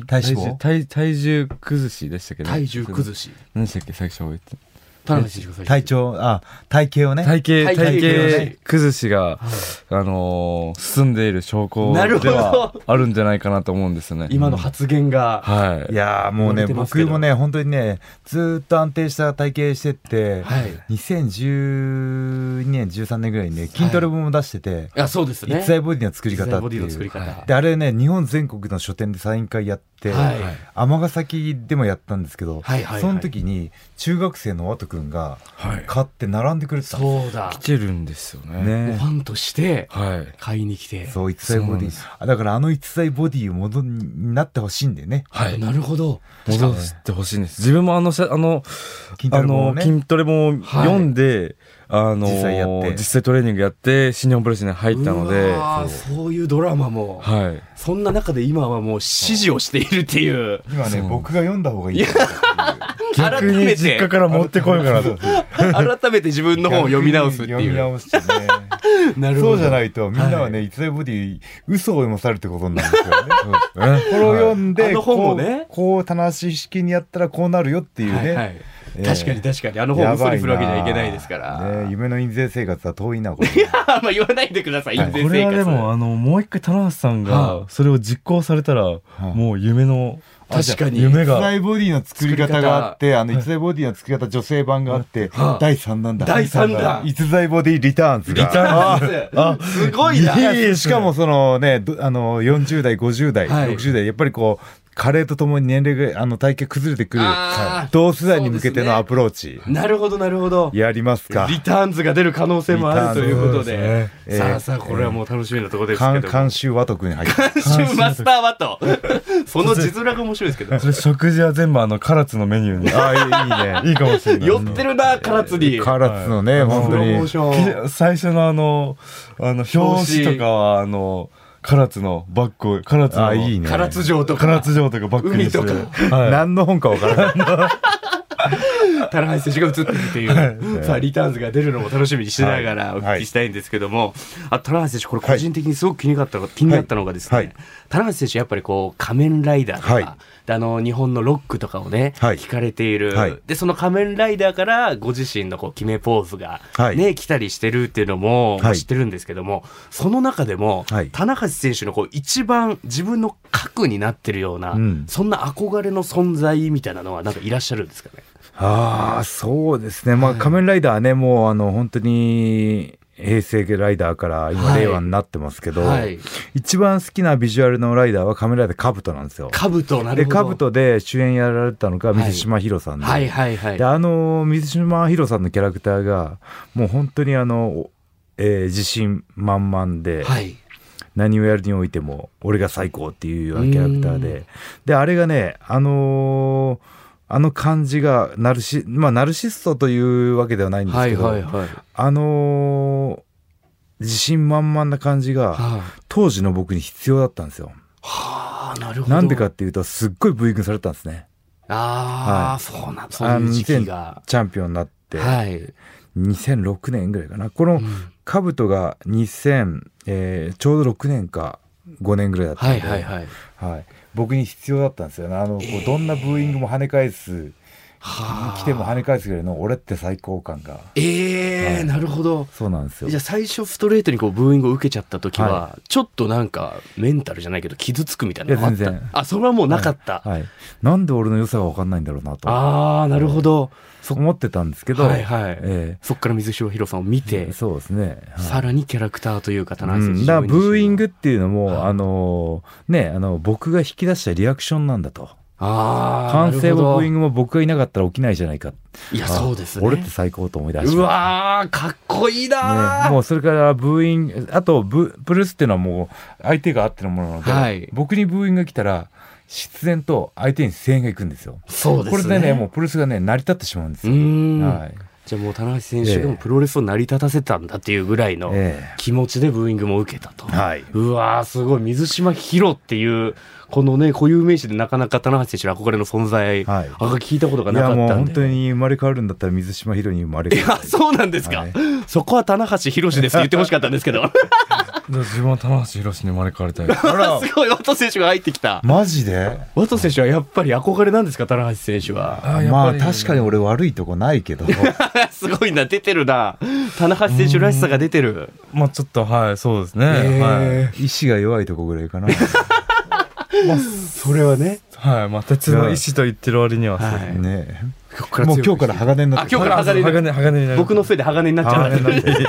[SPEAKER 2] 体
[SPEAKER 3] 体
[SPEAKER 2] 脂
[SPEAKER 3] 重
[SPEAKER 2] 肪
[SPEAKER 3] 体体重崩しでしたっけど
[SPEAKER 1] 体重崩し。
[SPEAKER 3] 何でしたっけ最初言って
[SPEAKER 1] 田辺選手が最初
[SPEAKER 2] 体調あ体型をね
[SPEAKER 3] 体
[SPEAKER 1] 体
[SPEAKER 3] 型
[SPEAKER 1] 型
[SPEAKER 3] 体
[SPEAKER 1] ね
[SPEAKER 3] 型崩しが、あのー進んでいる証拠
[SPEAKER 1] なるほ
[SPEAKER 3] で
[SPEAKER 1] ど
[SPEAKER 3] はあるんじゃないかなと思うんですよね
[SPEAKER 1] 今の発言が。
[SPEAKER 3] はい
[SPEAKER 2] いやーも
[SPEAKER 1] 言
[SPEAKER 2] う
[SPEAKER 1] われ
[SPEAKER 2] ね
[SPEAKER 1] てますけ
[SPEAKER 2] 僕
[SPEAKER 1] ど
[SPEAKER 2] もね本当にねずーっと安定した体型してって、
[SPEAKER 1] はい。
[SPEAKER 2] 2012年13年ぐらいにね筋トレ本も出してて、
[SPEAKER 1] あ、そうですね。
[SPEAKER 2] 一材ボディの作り
[SPEAKER 1] 一
[SPEAKER 2] 方
[SPEAKER 1] 材
[SPEAKER 2] っ
[SPEAKER 1] ボ
[SPEAKER 2] て
[SPEAKER 1] ディ
[SPEAKER 2] い
[SPEAKER 1] の作り
[SPEAKER 2] う
[SPEAKER 1] 方。
[SPEAKER 2] であれね日本全国の書店でサイン会やって
[SPEAKER 1] はい
[SPEAKER 2] 尼、崎でもやったんですけど、
[SPEAKER 1] はいはいはい
[SPEAKER 2] その時に中学生のワト君が
[SPEAKER 3] はい
[SPEAKER 2] 買って並んでくれてたんで
[SPEAKER 1] そうだ
[SPEAKER 3] 来。てるんですよね
[SPEAKER 2] す
[SPEAKER 1] もう
[SPEAKER 2] ね
[SPEAKER 1] ファンとして
[SPEAKER 3] はい
[SPEAKER 1] 買いに来て。
[SPEAKER 2] そう一材ボ
[SPEAKER 3] そうなん
[SPEAKER 2] デ
[SPEAKER 3] で
[SPEAKER 2] ィ
[SPEAKER 3] す
[SPEAKER 2] あだからあの一材ボディをものになってほしいんだよね
[SPEAKER 3] はい
[SPEAKER 1] なるほど。
[SPEAKER 3] 戻してほしいんです自分もあのしゃあの
[SPEAKER 2] 筋ト
[SPEAKER 3] あ
[SPEAKER 2] レ本を
[SPEAKER 3] の
[SPEAKER 2] ね
[SPEAKER 3] 筋トレも読んで、あのー
[SPEAKER 2] 実際やって
[SPEAKER 3] 実際トレーニングやって新日本プロレスに入ったの
[SPEAKER 1] う
[SPEAKER 3] で
[SPEAKER 1] わーそういうドラマも。
[SPEAKER 3] はい
[SPEAKER 1] そんな中で今はもう指示をしているっていう。
[SPEAKER 2] 今ね
[SPEAKER 3] そう
[SPEAKER 2] 僕が読んだ方がいいんだよ
[SPEAKER 1] 改
[SPEAKER 3] 逆に
[SPEAKER 1] め
[SPEAKER 3] 実家
[SPEAKER 1] て、
[SPEAKER 3] から持ってこようかな
[SPEAKER 2] [LAUGHS]
[SPEAKER 3] と
[SPEAKER 1] [LAUGHS] 改めて自分の本を読み直すって
[SPEAKER 2] 読み
[SPEAKER 1] いう。
[SPEAKER 2] 直してね
[SPEAKER 1] な
[SPEAKER 2] [LAUGHS]
[SPEAKER 1] るほど。
[SPEAKER 2] そうじゃないとみんなはね、逸材ボディ嘘を読まされるってことになる
[SPEAKER 1] [LAUGHS]
[SPEAKER 2] んですよねそうですね。これを読ん
[SPEAKER 1] はいあ
[SPEAKER 2] で
[SPEAKER 1] の本もね
[SPEAKER 2] こうこう棚橋式にやったらこうなるよっていうね、
[SPEAKER 1] はいはい
[SPEAKER 2] えー
[SPEAKER 1] 確かに確かにあの本を嘘に振るわけにはいけないですから、
[SPEAKER 2] ね、夢の印税生活は遠いなこれ
[SPEAKER 1] あんま言わないでください
[SPEAKER 2] はい
[SPEAKER 1] 印税
[SPEAKER 3] [LAUGHS] これ
[SPEAKER 1] 生
[SPEAKER 3] はで
[SPEAKER 1] 活
[SPEAKER 3] もあのもう一回棚橋さん
[SPEAKER 1] は
[SPEAKER 3] が
[SPEAKER 1] あ
[SPEAKER 3] それを実行されたら
[SPEAKER 2] い
[SPEAKER 3] もう夢の
[SPEAKER 1] あ確かに
[SPEAKER 3] 夢
[SPEAKER 2] 逸
[SPEAKER 3] が
[SPEAKER 2] 材ボディの作り方があってあの逸材ボディの作り方女性版があって、
[SPEAKER 1] はい
[SPEAKER 2] 第3弾だ
[SPEAKER 1] 第三弾
[SPEAKER 2] 逸材ボディリターンズが
[SPEAKER 1] リターンズすごいな
[SPEAKER 2] やしかもそのねどあの40代50代、
[SPEAKER 1] はい
[SPEAKER 2] 60代やっぱりこう加齢とともに年齢があの体型崩れてくる
[SPEAKER 1] あー
[SPEAKER 2] 同世代に向けてのアプローチ、
[SPEAKER 1] なるほどなるほど
[SPEAKER 2] やりますか
[SPEAKER 1] リターンズが出る可能性もあるということで
[SPEAKER 2] リターンズそうですね
[SPEAKER 1] さ
[SPEAKER 2] え
[SPEAKER 1] あ
[SPEAKER 2] ー
[SPEAKER 1] さあこれはもう楽しみなところですけ
[SPEAKER 2] 監
[SPEAKER 1] ども
[SPEAKER 2] 監修和徳に入って
[SPEAKER 1] 監修マスターはとその字面が面白いですけど
[SPEAKER 3] それ食事は全部あの唐津のメニューに
[SPEAKER 2] [LAUGHS] ああいいね
[SPEAKER 3] いいかもしれな
[SPEAKER 1] [LAUGHS]
[SPEAKER 3] い
[SPEAKER 1] 寄ってるな唐津に
[SPEAKER 2] 唐津のね、
[SPEAKER 1] ス
[SPEAKER 2] 本
[SPEAKER 1] ロ
[SPEAKER 2] 当
[SPEAKER 1] ーモー
[SPEAKER 2] に
[SPEAKER 1] ション
[SPEAKER 3] き最初のあのあの表紙とかはあの唐津のバッグを唐津の
[SPEAKER 2] あいいね
[SPEAKER 1] 唐津城と
[SPEAKER 3] 唐
[SPEAKER 1] か
[SPEAKER 3] 津城とかバッグにして
[SPEAKER 1] 海と
[SPEAKER 3] はい
[SPEAKER 2] 何の本か分からない
[SPEAKER 1] 田中選手が映ってるっていう、さあ、リターンズが出るのも楽しみにしながらお聞きしたいんですけども、あ田中選手、これ、個人的にすごく気になったのが気になったのがです
[SPEAKER 2] はい
[SPEAKER 1] ね、田中選手、やっぱりこう、仮面ライダーと
[SPEAKER 2] はい
[SPEAKER 1] か、であの日本のロックとかをね、
[SPEAKER 2] はい
[SPEAKER 1] 聞かれてい
[SPEAKER 2] はい
[SPEAKER 1] る、で、その仮面ライダーから、ご自身のこう決めポーズが
[SPEAKER 2] はい
[SPEAKER 1] ね、来たりしてるっていうのも
[SPEAKER 2] はい
[SPEAKER 1] 知ってるんですけども、その中でも
[SPEAKER 2] はい、
[SPEAKER 1] 田中選手のこう一番自分の核になってるような
[SPEAKER 2] うん、
[SPEAKER 1] そんな憧れの存在みたいなのは、なんかいらっしゃるんですかね。
[SPEAKER 2] ああ、そうですね。まあ、仮面ライダーね、もう、あの、本当に、平成ライダーから今、
[SPEAKER 1] はい
[SPEAKER 2] 令和になってますけど、
[SPEAKER 1] はい
[SPEAKER 2] 一番好きなビジュアルのライダーは仮面ライダーカブトなんですよ。
[SPEAKER 1] カブト、なる
[SPEAKER 2] で、
[SPEAKER 1] ほど。
[SPEAKER 2] カブトで主演やられたのが水島ヒロさんで、
[SPEAKER 1] はいはいはい
[SPEAKER 2] で、。あの、水島ヒロさんのキャラクターが、もう本当にあの、おえー自信満々で、
[SPEAKER 1] はい。
[SPEAKER 2] 何をやるにおいても俺が最高っていうようなキャラクター
[SPEAKER 1] う
[SPEAKER 2] でであれがねあのーあの感じがナルシまあナルシストというわけではないんです
[SPEAKER 1] は
[SPEAKER 2] け
[SPEAKER 1] い
[SPEAKER 2] ど、
[SPEAKER 1] はいはい。
[SPEAKER 2] あのー自信満々な感じが
[SPEAKER 1] は
[SPEAKER 2] 当時の僕に必要だったんですよ
[SPEAKER 1] あ、なるほど。
[SPEAKER 2] なんでか。っていうとすっごいブーイングされたんですね
[SPEAKER 1] ああ、
[SPEAKER 2] はい
[SPEAKER 1] そうなんそういう時期が。
[SPEAKER 2] チャンピオンになって、
[SPEAKER 1] はい。
[SPEAKER 2] 2006年ぐらいかなこ
[SPEAKER 1] う
[SPEAKER 2] の
[SPEAKER 1] ん
[SPEAKER 2] 兜が2000、えーちょうど6年か5年ぐらいだったん
[SPEAKER 1] は
[SPEAKER 2] で、
[SPEAKER 1] いはいはい。
[SPEAKER 2] はい、僕に必要だったんですよねあの、こう
[SPEAKER 1] えー
[SPEAKER 2] どんなブーイングも跳ね返す
[SPEAKER 1] はあ。
[SPEAKER 2] 来ても跳ね返すぐらいの俺って最高感が
[SPEAKER 1] え
[SPEAKER 2] は
[SPEAKER 1] え、
[SPEAKER 2] い
[SPEAKER 1] なるほど。
[SPEAKER 2] そうなんですよ
[SPEAKER 1] じゃあ最初ストレートにこうブーイングを受けちゃった時は、ちょっとなんかメンタルじゃないけど傷つくみたいなのがあっ
[SPEAKER 2] いや全然
[SPEAKER 1] た。あ、それはもうなかった。
[SPEAKER 2] はい、なんで俺の良さが分かんないんだろうなと
[SPEAKER 1] ああ、なるほど。そ
[SPEAKER 2] 思ってたんですけど、
[SPEAKER 1] はいはい
[SPEAKER 2] え
[SPEAKER 1] そっから水城博さんを見
[SPEAKER 2] え
[SPEAKER 1] て、
[SPEAKER 2] そうですね、はい
[SPEAKER 1] さらにキャラクターという方な
[SPEAKER 2] うん
[SPEAKER 1] です
[SPEAKER 2] ん、だからブーイングっていうのも、あのねあの僕が引き出したリアクションなんだと
[SPEAKER 1] ああ。
[SPEAKER 2] 完成もブーイン
[SPEAKER 1] グ。
[SPEAKER 2] グも僕がいなかったら起きないじゃないか
[SPEAKER 1] いや、
[SPEAKER 2] あ
[SPEAKER 1] そうですね。
[SPEAKER 2] 俺って最高と思い出し
[SPEAKER 1] う
[SPEAKER 2] ました
[SPEAKER 1] わー、かっこいいな
[SPEAKER 2] ね、
[SPEAKER 1] ー、
[SPEAKER 2] もうそれからブーイングあとブプルースっていうのはもう相手があってのものなので、
[SPEAKER 1] はい
[SPEAKER 2] 僕にブーイングが来たら必然と相手に声援がいくんですよ。
[SPEAKER 1] そうですね
[SPEAKER 2] これでね、もうプロレスがね、成り立ってしまうんです
[SPEAKER 1] う
[SPEAKER 2] よ。
[SPEAKER 1] ん、
[SPEAKER 2] はい。
[SPEAKER 1] じゃあもう棚橋選手がもうプロレスを成り立たせたんだっていうぐらいの
[SPEAKER 2] え
[SPEAKER 1] 気持ちでブーイングも受けたと、
[SPEAKER 2] はいう
[SPEAKER 1] わーすごい水島ヒロっていうこのね固有名詞でなかなか棚橋選手の憧れの存在、
[SPEAKER 2] はい
[SPEAKER 1] あんま聞いたことが
[SPEAKER 2] い
[SPEAKER 1] な
[SPEAKER 2] や、
[SPEAKER 1] か
[SPEAKER 2] も
[SPEAKER 1] っ
[SPEAKER 2] う
[SPEAKER 1] たん
[SPEAKER 2] 本
[SPEAKER 1] で
[SPEAKER 2] 当に生まれ変わるんだったら水島ヒロに生まれ
[SPEAKER 1] い
[SPEAKER 2] 変わ
[SPEAKER 1] や
[SPEAKER 2] る。
[SPEAKER 1] そうなんですか、
[SPEAKER 2] はい
[SPEAKER 1] そこは棚橋宏ですって言ってほしかったんですけど
[SPEAKER 3] ら自分は棚橋宏に生まれ変わりたいです
[SPEAKER 2] [LAUGHS] あら
[SPEAKER 1] すごいワト選手が入ってきた
[SPEAKER 2] マジで
[SPEAKER 1] ワト選手はやっぱり憧れなんですか棚橋選手は
[SPEAKER 3] あーやっぱり
[SPEAKER 2] まあ確かに俺悪いとこないけど
[SPEAKER 1] [LAUGHS] すごいな出てるな棚橋選手らしさが出てる
[SPEAKER 3] まあちょっとはいそうですね、
[SPEAKER 1] え
[SPEAKER 2] 意志が弱いとこぐらいかな
[SPEAKER 1] それはね
[SPEAKER 3] はいはいまあ鉄の意志と言ってる割にはそう
[SPEAKER 1] はい
[SPEAKER 2] ね
[SPEAKER 1] ここから
[SPEAKER 2] もう
[SPEAKER 1] 強
[SPEAKER 2] 今日
[SPEAKER 1] く
[SPEAKER 2] から鋼にな
[SPEAKER 1] あ
[SPEAKER 2] って
[SPEAKER 1] 今日から鋼に
[SPEAKER 3] 鋼鋼になり
[SPEAKER 1] 僕のせいで鋼になっちゃった
[SPEAKER 2] 鋼になって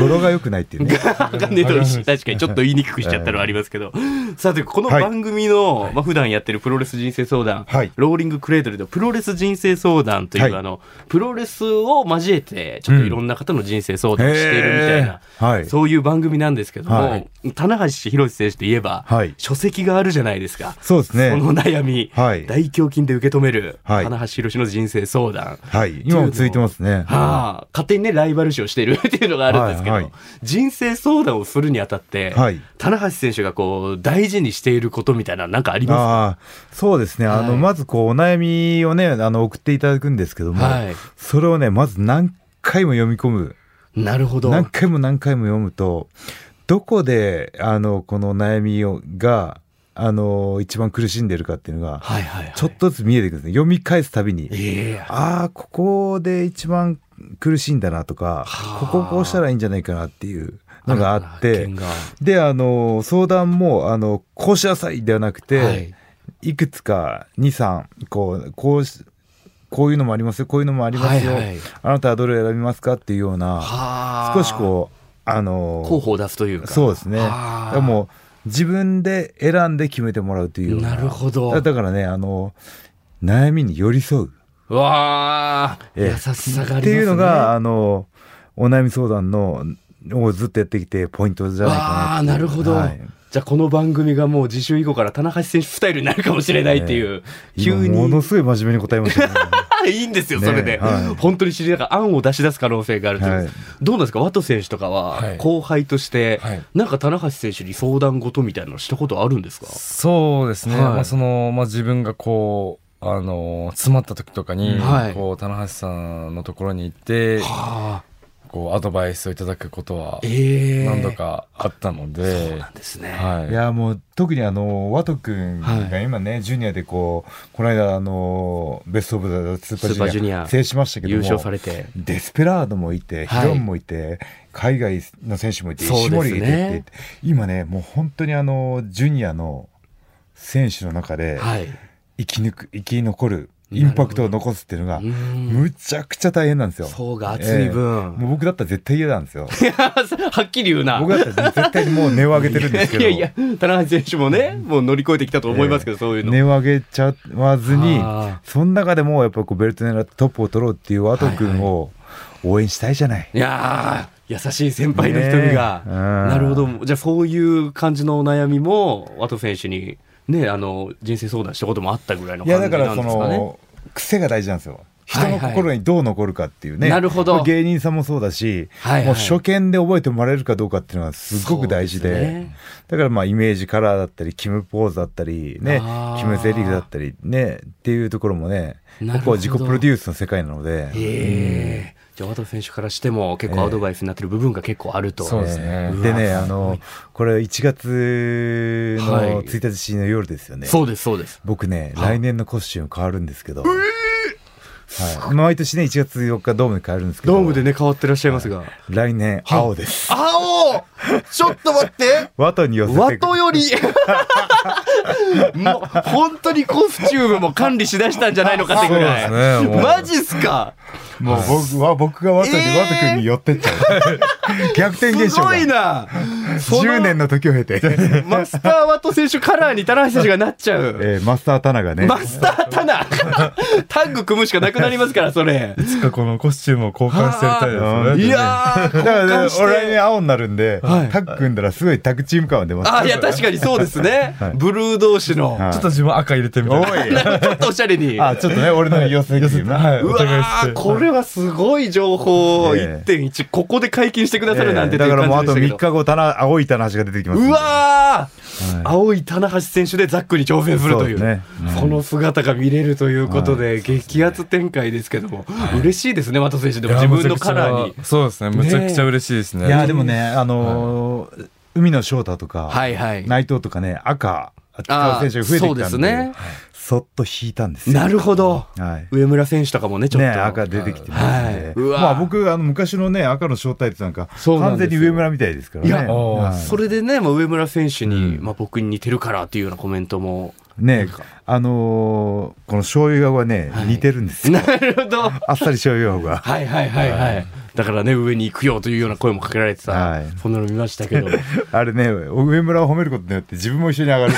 [SPEAKER 2] 語呂が良くないっ
[SPEAKER 1] [LAUGHS]
[SPEAKER 2] ていうね
[SPEAKER 1] 鋼と石確かにちょっと言いにくくしちゃったのはありますけど、さあというこの番組の、まあ普段やってるプロレス人生相談、
[SPEAKER 2] はい
[SPEAKER 1] ローリングクレードルでプロレス人生相談という、
[SPEAKER 2] はい
[SPEAKER 1] あのプロレスを交えてちょっといろんな方の人生相談をしているみたいな、
[SPEAKER 2] へーはい
[SPEAKER 1] そういう番組なんですけども、
[SPEAKER 2] はい
[SPEAKER 1] 棚橋宏選手といえば、
[SPEAKER 2] はい
[SPEAKER 1] 書籍があるじゃないですか。
[SPEAKER 2] そうです
[SPEAKER 1] そ
[SPEAKER 2] ね
[SPEAKER 1] の悩み、
[SPEAKER 2] はい
[SPEAKER 1] 大胸筋で受け止める、
[SPEAKER 2] はい
[SPEAKER 1] 棚橋宏の人生相談。
[SPEAKER 2] はい今も続いてますね
[SPEAKER 1] はあ、勝手にね、ライバル視をしてるっていうのがあるんですけど、
[SPEAKER 2] はいはい
[SPEAKER 1] 人生相談をするにあたって、
[SPEAKER 2] はい
[SPEAKER 1] 棚橋選手がこう、大事にしていることみたいな、なんかありま
[SPEAKER 2] ああそうですね、あ
[SPEAKER 1] は
[SPEAKER 2] の
[SPEAKER 1] い
[SPEAKER 2] まずこうお悩みをねあの送っていただくんですけど
[SPEAKER 1] す
[SPEAKER 2] も、
[SPEAKER 1] かはい。
[SPEAKER 2] それをねまず何回も読み込む
[SPEAKER 1] なるほど。
[SPEAKER 2] 何回も何回も読むとどこであのこの悩みをがあの一番苦しんでるかっていうのが
[SPEAKER 1] はいはいはい。
[SPEAKER 2] ちょっとずつ見えてくるんですね読み返すたびに
[SPEAKER 1] ええ
[SPEAKER 2] ああここで一番苦しいんだなとか
[SPEAKER 1] はあ
[SPEAKER 2] ここをこうしたらいいんじゃないかなっていうのがあっ
[SPEAKER 1] 新たな発
[SPEAKER 2] て
[SPEAKER 1] 見が
[SPEAKER 2] であの相談もあのこうしなさいではなくて、
[SPEAKER 1] はい
[SPEAKER 2] い、くつか23こうこうしこういうのもありますよこういうのもありますよ、
[SPEAKER 1] はいはい
[SPEAKER 2] あなたはどれを選びますかっていうような
[SPEAKER 1] はあ
[SPEAKER 2] 少しこうあの
[SPEAKER 1] 候補を出すというか。
[SPEAKER 2] そうですね
[SPEAKER 1] はあ
[SPEAKER 2] でも自分で選んで決めてもらうというよう
[SPEAKER 1] なるほど
[SPEAKER 2] だだからねあの悩みに寄り添う
[SPEAKER 1] うわあ、
[SPEAKER 2] ええ
[SPEAKER 1] 優しさがありますね。
[SPEAKER 2] っていうのが、あの、お悩み相談の、をずっとやってきて、ポイントじゃない
[SPEAKER 1] あ
[SPEAKER 2] か
[SPEAKER 1] あーな
[SPEAKER 2] なってい
[SPEAKER 1] る
[SPEAKER 2] う。
[SPEAKER 1] ほど、
[SPEAKER 2] はい
[SPEAKER 1] じゃあこの番組がもう自週以降から棚橋選手スタイルになるかもしれないっていう、急
[SPEAKER 2] 今もの
[SPEAKER 1] に
[SPEAKER 2] すごい真面目に答えました
[SPEAKER 1] [LAUGHS]
[SPEAKER 2] ね。
[SPEAKER 1] いいんですよそれで、
[SPEAKER 2] ねはい
[SPEAKER 1] 本当に知りながら案を出し出す可能性があるという、
[SPEAKER 2] はい
[SPEAKER 1] どうなんですかワト選手とか
[SPEAKER 3] は
[SPEAKER 1] はい後輩として、
[SPEAKER 3] はい
[SPEAKER 1] なんか棚橋選手に相談事みたいなのしたことあるんですか
[SPEAKER 3] そうですね、
[SPEAKER 1] はい
[SPEAKER 3] まあそのまあ、自分がこうあの詰まった時とかに、
[SPEAKER 1] はい
[SPEAKER 3] こう棚橋さんのところに行って
[SPEAKER 1] はあ
[SPEAKER 3] こうアドバイスをいただくことは
[SPEAKER 1] ええ
[SPEAKER 3] 何度かあったので、
[SPEAKER 1] なんですね、
[SPEAKER 3] はい
[SPEAKER 2] いや、もう、特にあの、ワト君が今ね、ジュニアでこう、この間、あの、ベストオブザ・スーパージュ
[SPEAKER 1] ス
[SPEAKER 2] ニ
[SPEAKER 1] ーパージュニア
[SPEAKER 2] ア、制しましたけども、
[SPEAKER 1] 優勝されて
[SPEAKER 2] デスペラードもいて、
[SPEAKER 1] はい
[SPEAKER 2] ヒロンもいて、海外の選手もいて、
[SPEAKER 1] そうで
[SPEAKER 2] 石
[SPEAKER 1] すね
[SPEAKER 2] 森がいてって言って、今ね、もう本当にあの、ジュニアの選手の中で、
[SPEAKER 1] はい
[SPEAKER 2] 生き抜く生き残るインパクトを残すっていうのが
[SPEAKER 1] うん
[SPEAKER 2] むちゃくちゃ大変なんですよ。
[SPEAKER 1] 層が厚い分
[SPEAKER 2] ええもう僕だったら絶対嫌なんです
[SPEAKER 1] [LAUGHS]
[SPEAKER 2] よ。
[SPEAKER 1] はっきり言うな
[SPEAKER 2] 僕だったら絶対もう値を上げ
[SPEAKER 3] [LAUGHS]
[SPEAKER 2] てるんですけど。
[SPEAKER 1] いやいや、棚橋選手もね、もう乗り越えてきたと思いますけど、そういうの。
[SPEAKER 2] 値を上げちゃわずに
[SPEAKER 1] あ
[SPEAKER 2] その中でもやっぱこうベルト狙ってトップを取ろうっていうワト君を応援したいじゃない。
[SPEAKER 1] いやー優しい先輩の瞳が。
[SPEAKER 2] ねえうん
[SPEAKER 1] なるほど。じゃあ、そういう感じのお悩みも、ワト選手に、ね、あの、人生相談したこともあったぐらいの
[SPEAKER 2] いや
[SPEAKER 1] 感
[SPEAKER 2] だ
[SPEAKER 1] じ
[SPEAKER 2] から
[SPEAKER 1] なん
[SPEAKER 2] そ
[SPEAKER 1] ですかね。
[SPEAKER 2] の癖が大事なんですよ。人
[SPEAKER 1] はいは
[SPEAKER 2] の
[SPEAKER 1] い
[SPEAKER 2] 心にどう残るかっていうね。
[SPEAKER 1] なるほど
[SPEAKER 2] これ芸人さんもそうだし、
[SPEAKER 1] はいはい
[SPEAKER 2] もう初見で覚えてもらえるかどうかっていうのはすごく大事で、
[SPEAKER 1] そうですね
[SPEAKER 2] だからまあイメージカラーだったり、キムポーズだったり、ね
[SPEAKER 1] あー、
[SPEAKER 2] キムセリフだったり、ね、っていうところもね、
[SPEAKER 1] なる
[SPEAKER 2] 僕
[SPEAKER 1] ほど
[SPEAKER 2] は自己プロデュースの世界なので、
[SPEAKER 1] ええじゃあ、ワト選手からしても、結構アドバイスになってる部分が結構あると。
[SPEAKER 3] そうですね
[SPEAKER 1] うわ
[SPEAKER 2] でね、あの、これ1月
[SPEAKER 1] はい
[SPEAKER 2] の1日の夜ですよね。
[SPEAKER 1] そうです、そうです。
[SPEAKER 2] 僕ね、来年のコスチューム変わるんですけど、はい、毎年ね、1月4日ドームで変えるんですけど、
[SPEAKER 1] ドームでね、変わってらっしゃいますが。
[SPEAKER 2] 来年、青です。
[SPEAKER 1] 青ちょっと待って
[SPEAKER 2] ワトに寄せて
[SPEAKER 1] ワトよりもう本当にコスチュームも管理しだしたんじゃないのかってぐらい、
[SPEAKER 3] そうですねもう
[SPEAKER 1] マジっすか
[SPEAKER 2] もう僕は、僕がワトに、
[SPEAKER 1] えー
[SPEAKER 2] ワト君に寄 [LAUGHS] ってっちゃう。逆転
[SPEAKER 1] す
[SPEAKER 2] 現象が
[SPEAKER 1] ご。いなその
[SPEAKER 2] 10年の時を経て、え
[SPEAKER 1] マスターワト選手カラーに棚橋選手がなっちゃう、
[SPEAKER 2] ーマスタータナがね、
[SPEAKER 1] マスタータナ [LAUGHS] タッグ組むしかなくなりますからそれ
[SPEAKER 3] いつかこのコスチュームを交換してみたいです
[SPEAKER 2] あー
[SPEAKER 3] ね。
[SPEAKER 1] いやー
[SPEAKER 2] だから、
[SPEAKER 1] 交換
[SPEAKER 2] ね、
[SPEAKER 1] して
[SPEAKER 2] 俺来年青になるんで、
[SPEAKER 1] はい
[SPEAKER 2] タッグ組んだらすごいタッグチーム感は出ます
[SPEAKER 1] あいや確かにそうですね、
[SPEAKER 2] はい
[SPEAKER 1] ブルー同士の、
[SPEAKER 2] はい
[SPEAKER 3] ちょっと自分赤入れてみたい
[SPEAKER 2] お
[SPEAKER 3] な。
[SPEAKER 2] い
[SPEAKER 1] なんかちょっとおしゃれに
[SPEAKER 2] あちょっとね俺の寄せ気味な、は
[SPEAKER 3] はい、
[SPEAKER 1] う
[SPEAKER 3] お
[SPEAKER 1] わ
[SPEAKER 3] 互いして
[SPEAKER 1] ー。これはすごい情報を
[SPEAKER 2] え
[SPEAKER 1] 1.1、ここで解禁してくださるなんて
[SPEAKER 2] だからもうあと
[SPEAKER 1] という感じで
[SPEAKER 2] 3
[SPEAKER 1] したけど
[SPEAKER 2] 日後棚青い棚橋が出てきますんで
[SPEAKER 1] うわー、
[SPEAKER 2] は
[SPEAKER 1] 青い棚橋選手でザックに挑戦するという
[SPEAKER 2] そうですね
[SPEAKER 1] その姿が見れるということで、激アツ展開ですけども、嬉しいですね、ワト選手でも自分のカラーに。
[SPEAKER 3] そうですね。むちゃくちゃ嬉しいですね。
[SPEAKER 2] いやでもねあのー海野翔太とか、
[SPEAKER 1] はいはい。
[SPEAKER 2] 内藤とかね赤
[SPEAKER 1] あ
[SPEAKER 2] 使
[SPEAKER 1] ー
[SPEAKER 2] う選手が増え
[SPEAKER 1] そ
[SPEAKER 2] てきたん
[SPEAKER 1] う
[SPEAKER 2] で
[SPEAKER 1] ですね
[SPEAKER 2] そっと引いたんですよ
[SPEAKER 1] なるほど。
[SPEAKER 2] はい
[SPEAKER 1] 上村選手とかもね、ちょっ
[SPEAKER 2] ね
[SPEAKER 1] と。
[SPEAKER 2] 赤出てきてますんで、
[SPEAKER 1] はいうわ
[SPEAKER 2] まあ僕あの昔のね赤の招待ってなんか
[SPEAKER 1] そうなん
[SPEAKER 2] 完
[SPEAKER 1] ですよ
[SPEAKER 2] 全に上村みたいですから
[SPEAKER 1] い
[SPEAKER 2] ね
[SPEAKER 1] や
[SPEAKER 2] はい
[SPEAKER 1] それでね、まあ、上村選手に、
[SPEAKER 2] うん
[SPEAKER 1] まあ、僕に似てるからっていうようなコメントも。
[SPEAKER 2] ねあのーこの醤油顔がね、
[SPEAKER 1] はい
[SPEAKER 2] 似てるんです
[SPEAKER 1] [LAUGHS]
[SPEAKER 2] よ
[SPEAKER 1] なるほど。
[SPEAKER 2] あっさり醤油顔
[SPEAKER 1] [LAUGHS]
[SPEAKER 2] が
[SPEAKER 1] はいはいはいはい。だからね、上に行くよというような声もかけられてた、
[SPEAKER 2] はい
[SPEAKER 1] そんなの見ました
[SPEAKER 2] [LAUGHS]
[SPEAKER 1] けど。
[SPEAKER 2] あれね上村を褒めることによって自分も一緒に上がる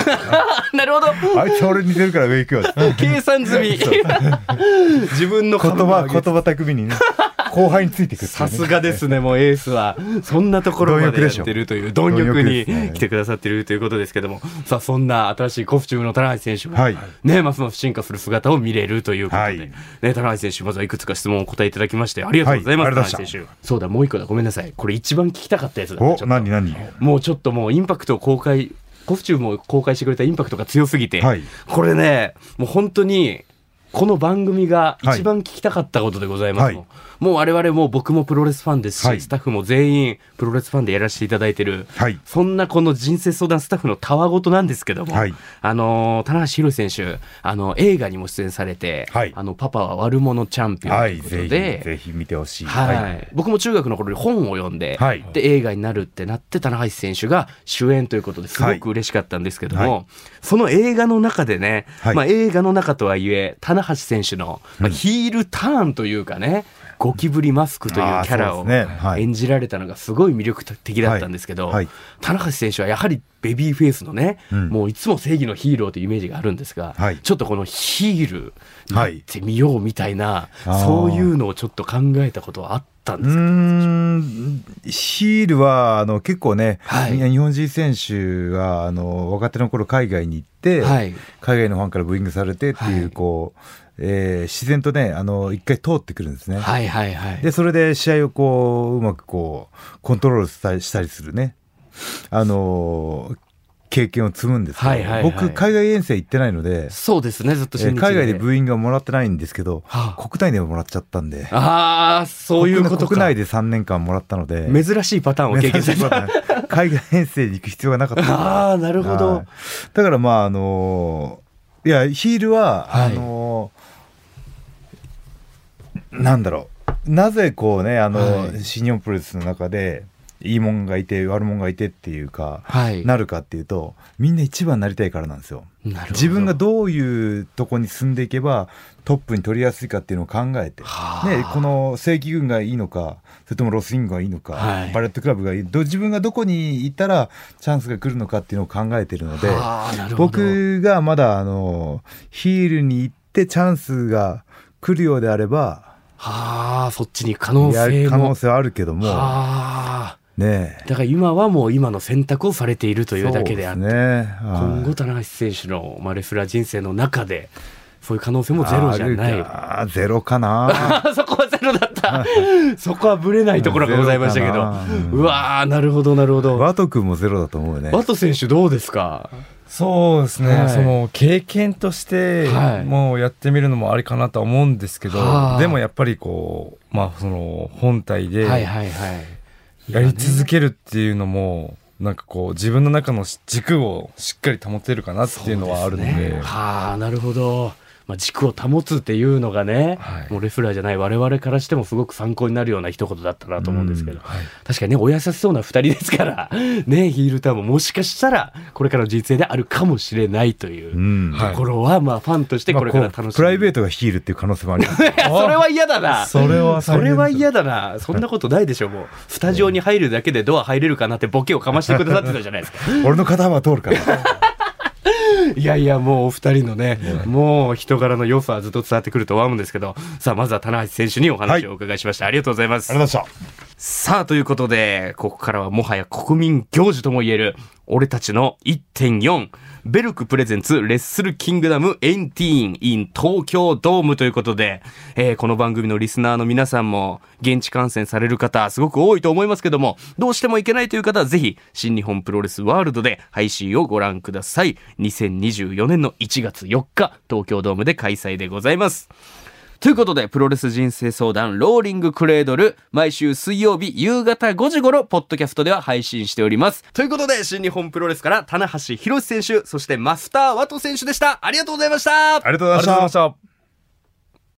[SPEAKER 1] なるほど。
[SPEAKER 2] あいつ俺似てるから上行くよって
[SPEAKER 1] 計算済み。 [LAUGHS] 自分の
[SPEAKER 2] 言
[SPEAKER 1] 株を上
[SPEAKER 2] 葉
[SPEAKER 1] げて
[SPEAKER 2] 言葉巧みにね後輩についてくっていう
[SPEAKER 1] さ
[SPEAKER 2] ね
[SPEAKER 1] すがですね、もうエースは、そんなところまでやってるという、貪欲
[SPEAKER 2] 貪
[SPEAKER 1] に
[SPEAKER 2] 欲ですね
[SPEAKER 1] 来てくださってるということですけども、さあ、そんな新しいコスチュームの棚橋選手も、
[SPEAKER 2] はい
[SPEAKER 1] ね、ますます進化する姿を見れるということで、
[SPEAKER 2] はい
[SPEAKER 1] ね、棚橋選手、まずはいくつか質問をお答えいただきまして、ありがとうございます、
[SPEAKER 2] はいありがとうご
[SPEAKER 1] 棚
[SPEAKER 2] ざいま
[SPEAKER 1] 橋
[SPEAKER 2] し
[SPEAKER 1] 選手。そうだ、もう一個だ、ごめんなさい。これ一番聞きたかったやつだった
[SPEAKER 2] お
[SPEAKER 1] ちょっと
[SPEAKER 2] 何何
[SPEAKER 1] もうちょっともうインパクトを公開、コスチュームを公開してくれたインパクトが強すぎて、
[SPEAKER 2] はい
[SPEAKER 1] これね、もう本当に、この番組が一番聞きたかったことでございますもん、
[SPEAKER 2] はい
[SPEAKER 1] もう我々も僕もプロレスファンですし、
[SPEAKER 2] はい
[SPEAKER 1] スタッフも全員プロレスファンでやらせていただいてる、
[SPEAKER 2] はい
[SPEAKER 1] そんなこの人生相談スタッフのたわごとなんですけども、
[SPEAKER 2] はい
[SPEAKER 1] あのー棚橋宏選手、あの映画にも出演されて、
[SPEAKER 2] はい
[SPEAKER 1] あのパパは悪者チャンピオンと
[SPEAKER 2] はいいう
[SPEAKER 1] こと
[SPEAKER 2] ぜひ
[SPEAKER 1] で、
[SPEAKER 2] ぜひ見てほしい
[SPEAKER 1] はい僕も中学の頃に本を読んで,、
[SPEAKER 2] はい
[SPEAKER 1] で映画になるってなって棚橋選手が主演ということですご
[SPEAKER 2] はい
[SPEAKER 1] く嬉しかったんですけども、
[SPEAKER 2] は
[SPEAKER 1] その映画の中でね、
[SPEAKER 2] はい
[SPEAKER 1] まあ、映画の中とはいえ棚橋選手の、まあ、ヒールターンというかね、ゴキブリマスクというキャラ
[SPEAKER 2] あーそ
[SPEAKER 1] を
[SPEAKER 2] うですねはい
[SPEAKER 1] 演じられたのがすごい魅力的だったんですけど、
[SPEAKER 2] はいはい
[SPEAKER 1] 棚橋選手はやはりベビーフェイスのね、
[SPEAKER 2] うん
[SPEAKER 1] もういつも正義のヒーローというイメージがあるんですが、
[SPEAKER 2] はい
[SPEAKER 1] ちょっとこのヒールになってみようみたいな、
[SPEAKER 2] はい
[SPEAKER 1] そういうのをちょっと考えたことはあったん
[SPEAKER 2] う
[SPEAKER 1] ですけど
[SPEAKER 2] ーんヒールはあの結構ね、
[SPEAKER 1] はい
[SPEAKER 2] 日本人選手があの若手の頃海外に行って、
[SPEAKER 1] はい
[SPEAKER 2] 海外のファンからブーイングされてっていう、
[SPEAKER 1] はい
[SPEAKER 2] こう、えー自然とねあの一回通ってくるんですね、
[SPEAKER 1] はいはいはい。
[SPEAKER 2] でそれで試合をこううまくこうコントロールしたりしたりするねあの経験を積むんですけど、
[SPEAKER 1] はいはいはい
[SPEAKER 2] 僕海外遠征行ってないので、
[SPEAKER 1] そうですね、ずっと
[SPEAKER 2] えー
[SPEAKER 1] 新日
[SPEAKER 2] 海外でブーイングはもらってないんですけど、
[SPEAKER 1] はあ
[SPEAKER 2] 国内でももらっちゃったんで
[SPEAKER 1] ああ、そういうことか。
[SPEAKER 2] 国内で3年間もらったので
[SPEAKER 1] 珍しいパターンを経験された。
[SPEAKER 2] [LAUGHS] 海外遠征に行く必要がなかった
[SPEAKER 1] ああ、なるほ
[SPEAKER 2] は
[SPEAKER 1] ど
[SPEAKER 2] い。だからまああのいやヒールは、
[SPEAKER 1] はい
[SPEAKER 2] あのなんだろうなぜこうねあの、
[SPEAKER 1] はい
[SPEAKER 2] 新日本プロレスの中でいいもんがいて悪もんがいてっていうか、
[SPEAKER 1] はい。
[SPEAKER 2] なるかっていうとみんな一番になりたいからなんですよ。
[SPEAKER 1] なるほど
[SPEAKER 2] 自分がどういうとこに進んでいけばトップに取りやすいかっていうのを考えて、
[SPEAKER 1] はあ
[SPEAKER 2] ね、この正規軍がいいのかそれともロスイングがいいのか、
[SPEAKER 1] はい
[SPEAKER 2] バレットクラブがいいど自分がどこにいたらチャンスが来るのかっていうのを考えてるので
[SPEAKER 1] はあなるほど
[SPEAKER 2] 僕がまだあのヒールに行ってチャンスが来るようであれば
[SPEAKER 1] はあ、そっちに可能
[SPEAKER 2] や
[SPEAKER 1] 性
[SPEAKER 2] る
[SPEAKER 1] も。
[SPEAKER 2] 可能性はあるけども
[SPEAKER 1] はあ。
[SPEAKER 2] ねえ
[SPEAKER 1] だから今はもう今の選択をされているというだけであって、
[SPEAKER 2] そうすね
[SPEAKER 1] 今
[SPEAKER 2] は
[SPEAKER 1] 後、
[SPEAKER 2] い
[SPEAKER 1] 棚橋選手のまあレスラー人生の中で、そういう可能性もゼロじゃな
[SPEAKER 2] ある
[SPEAKER 1] い。
[SPEAKER 2] かあゼロかな
[SPEAKER 1] [LAUGHS] あそこはゼロだった。 [LAUGHS] そこはぶれないところがございましたけ
[SPEAKER 2] ゼロ
[SPEAKER 1] ど
[SPEAKER 2] かなう。ん
[SPEAKER 1] うわあ、なるほど、なるほど。
[SPEAKER 2] ワト君もゼロだと思うね。
[SPEAKER 1] ワト選手どうですか
[SPEAKER 3] そうですね、
[SPEAKER 1] はい
[SPEAKER 3] その経験として、
[SPEAKER 1] はい
[SPEAKER 3] もうやってみるのもありかなとは思うんですけど、
[SPEAKER 1] はあ
[SPEAKER 3] でもやっぱりこうまあその本体で
[SPEAKER 1] はい
[SPEAKER 3] や
[SPEAKER 1] はいはい。
[SPEAKER 3] り続けるっていうのも、なんかこう自分の中の軸をしっかり保てるかなっていうのはあるので
[SPEAKER 1] ねはあ、なるほど。まあ、軸を保つっていうのがね、
[SPEAKER 3] はい
[SPEAKER 1] もうレスラーじゃない我々からしてもすごく参考になるような一言だったなと思うんですけど、
[SPEAKER 2] うん
[SPEAKER 3] はい
[SPEAKER 1] 確かにね、お優しそうな2人ですから、 [LAUGHS] ね、ヒールターンももしかしたら、これからの人生であるかもしれないというう。
[SPEAKER 2] ん
[SPEAKER 1] ところは、まあ、ファンとしてこれから楽しみ、
[SPEAKER 2] プライベートがヒールっていう可能性もありま
[SPEAKER 1] [LAUGHS]
[SPEAKER 2] す。
[SPEAKER 1] いやそれは嫌だ
[SPEAKER 3] [LAUGHS]
[SPEAKER 1] な。
[SPEAKER 3] それは
[SPEAKER 1] それは嫌だな。 [LAUGHS] そんなことないでしょ、もう。スタジオに入るだけでドア入れるかなってボケをかましてくださってたじゃないですか。
[SPEAKER 2] 俺の肩幅通るから。
[SPEAKER 1] [LAUGHS] いやいや、もうお二人のね、もう人柄の良さはずっと伝わってくるとは思うんですけど、さあ、まずは棚橋選手にお話をお伺いしました。ありがとうございます。
[SPEAKER 2] ありがとうございました。
[SPEAKER 1] さあ、ということで、ここからはもはや国民行事とも言える、俺たちの1.4、ベルクプレゼンツレッスルキングダムエンティーンイン東京ドームということで、えーこの番組のリスナーの皆さんも、現地観戦される方、すごく多いと思いますけども、どうしても行けないという方は、ぜひ、新日本プロレスワールドで配信をご覧ください。2024年の1月4日、東京ドームで開催でございます。ということで、プロレス人生相談、ローリングクレードル、毎週水曜日夕方5時頃、ポッドキャストでは配信しております。ということで、新日本プロレスから、棚橋宏選手、そしてマスター・ワト選手でした。ありがとうございました。
[SPEAKER 4] ありがとうございました。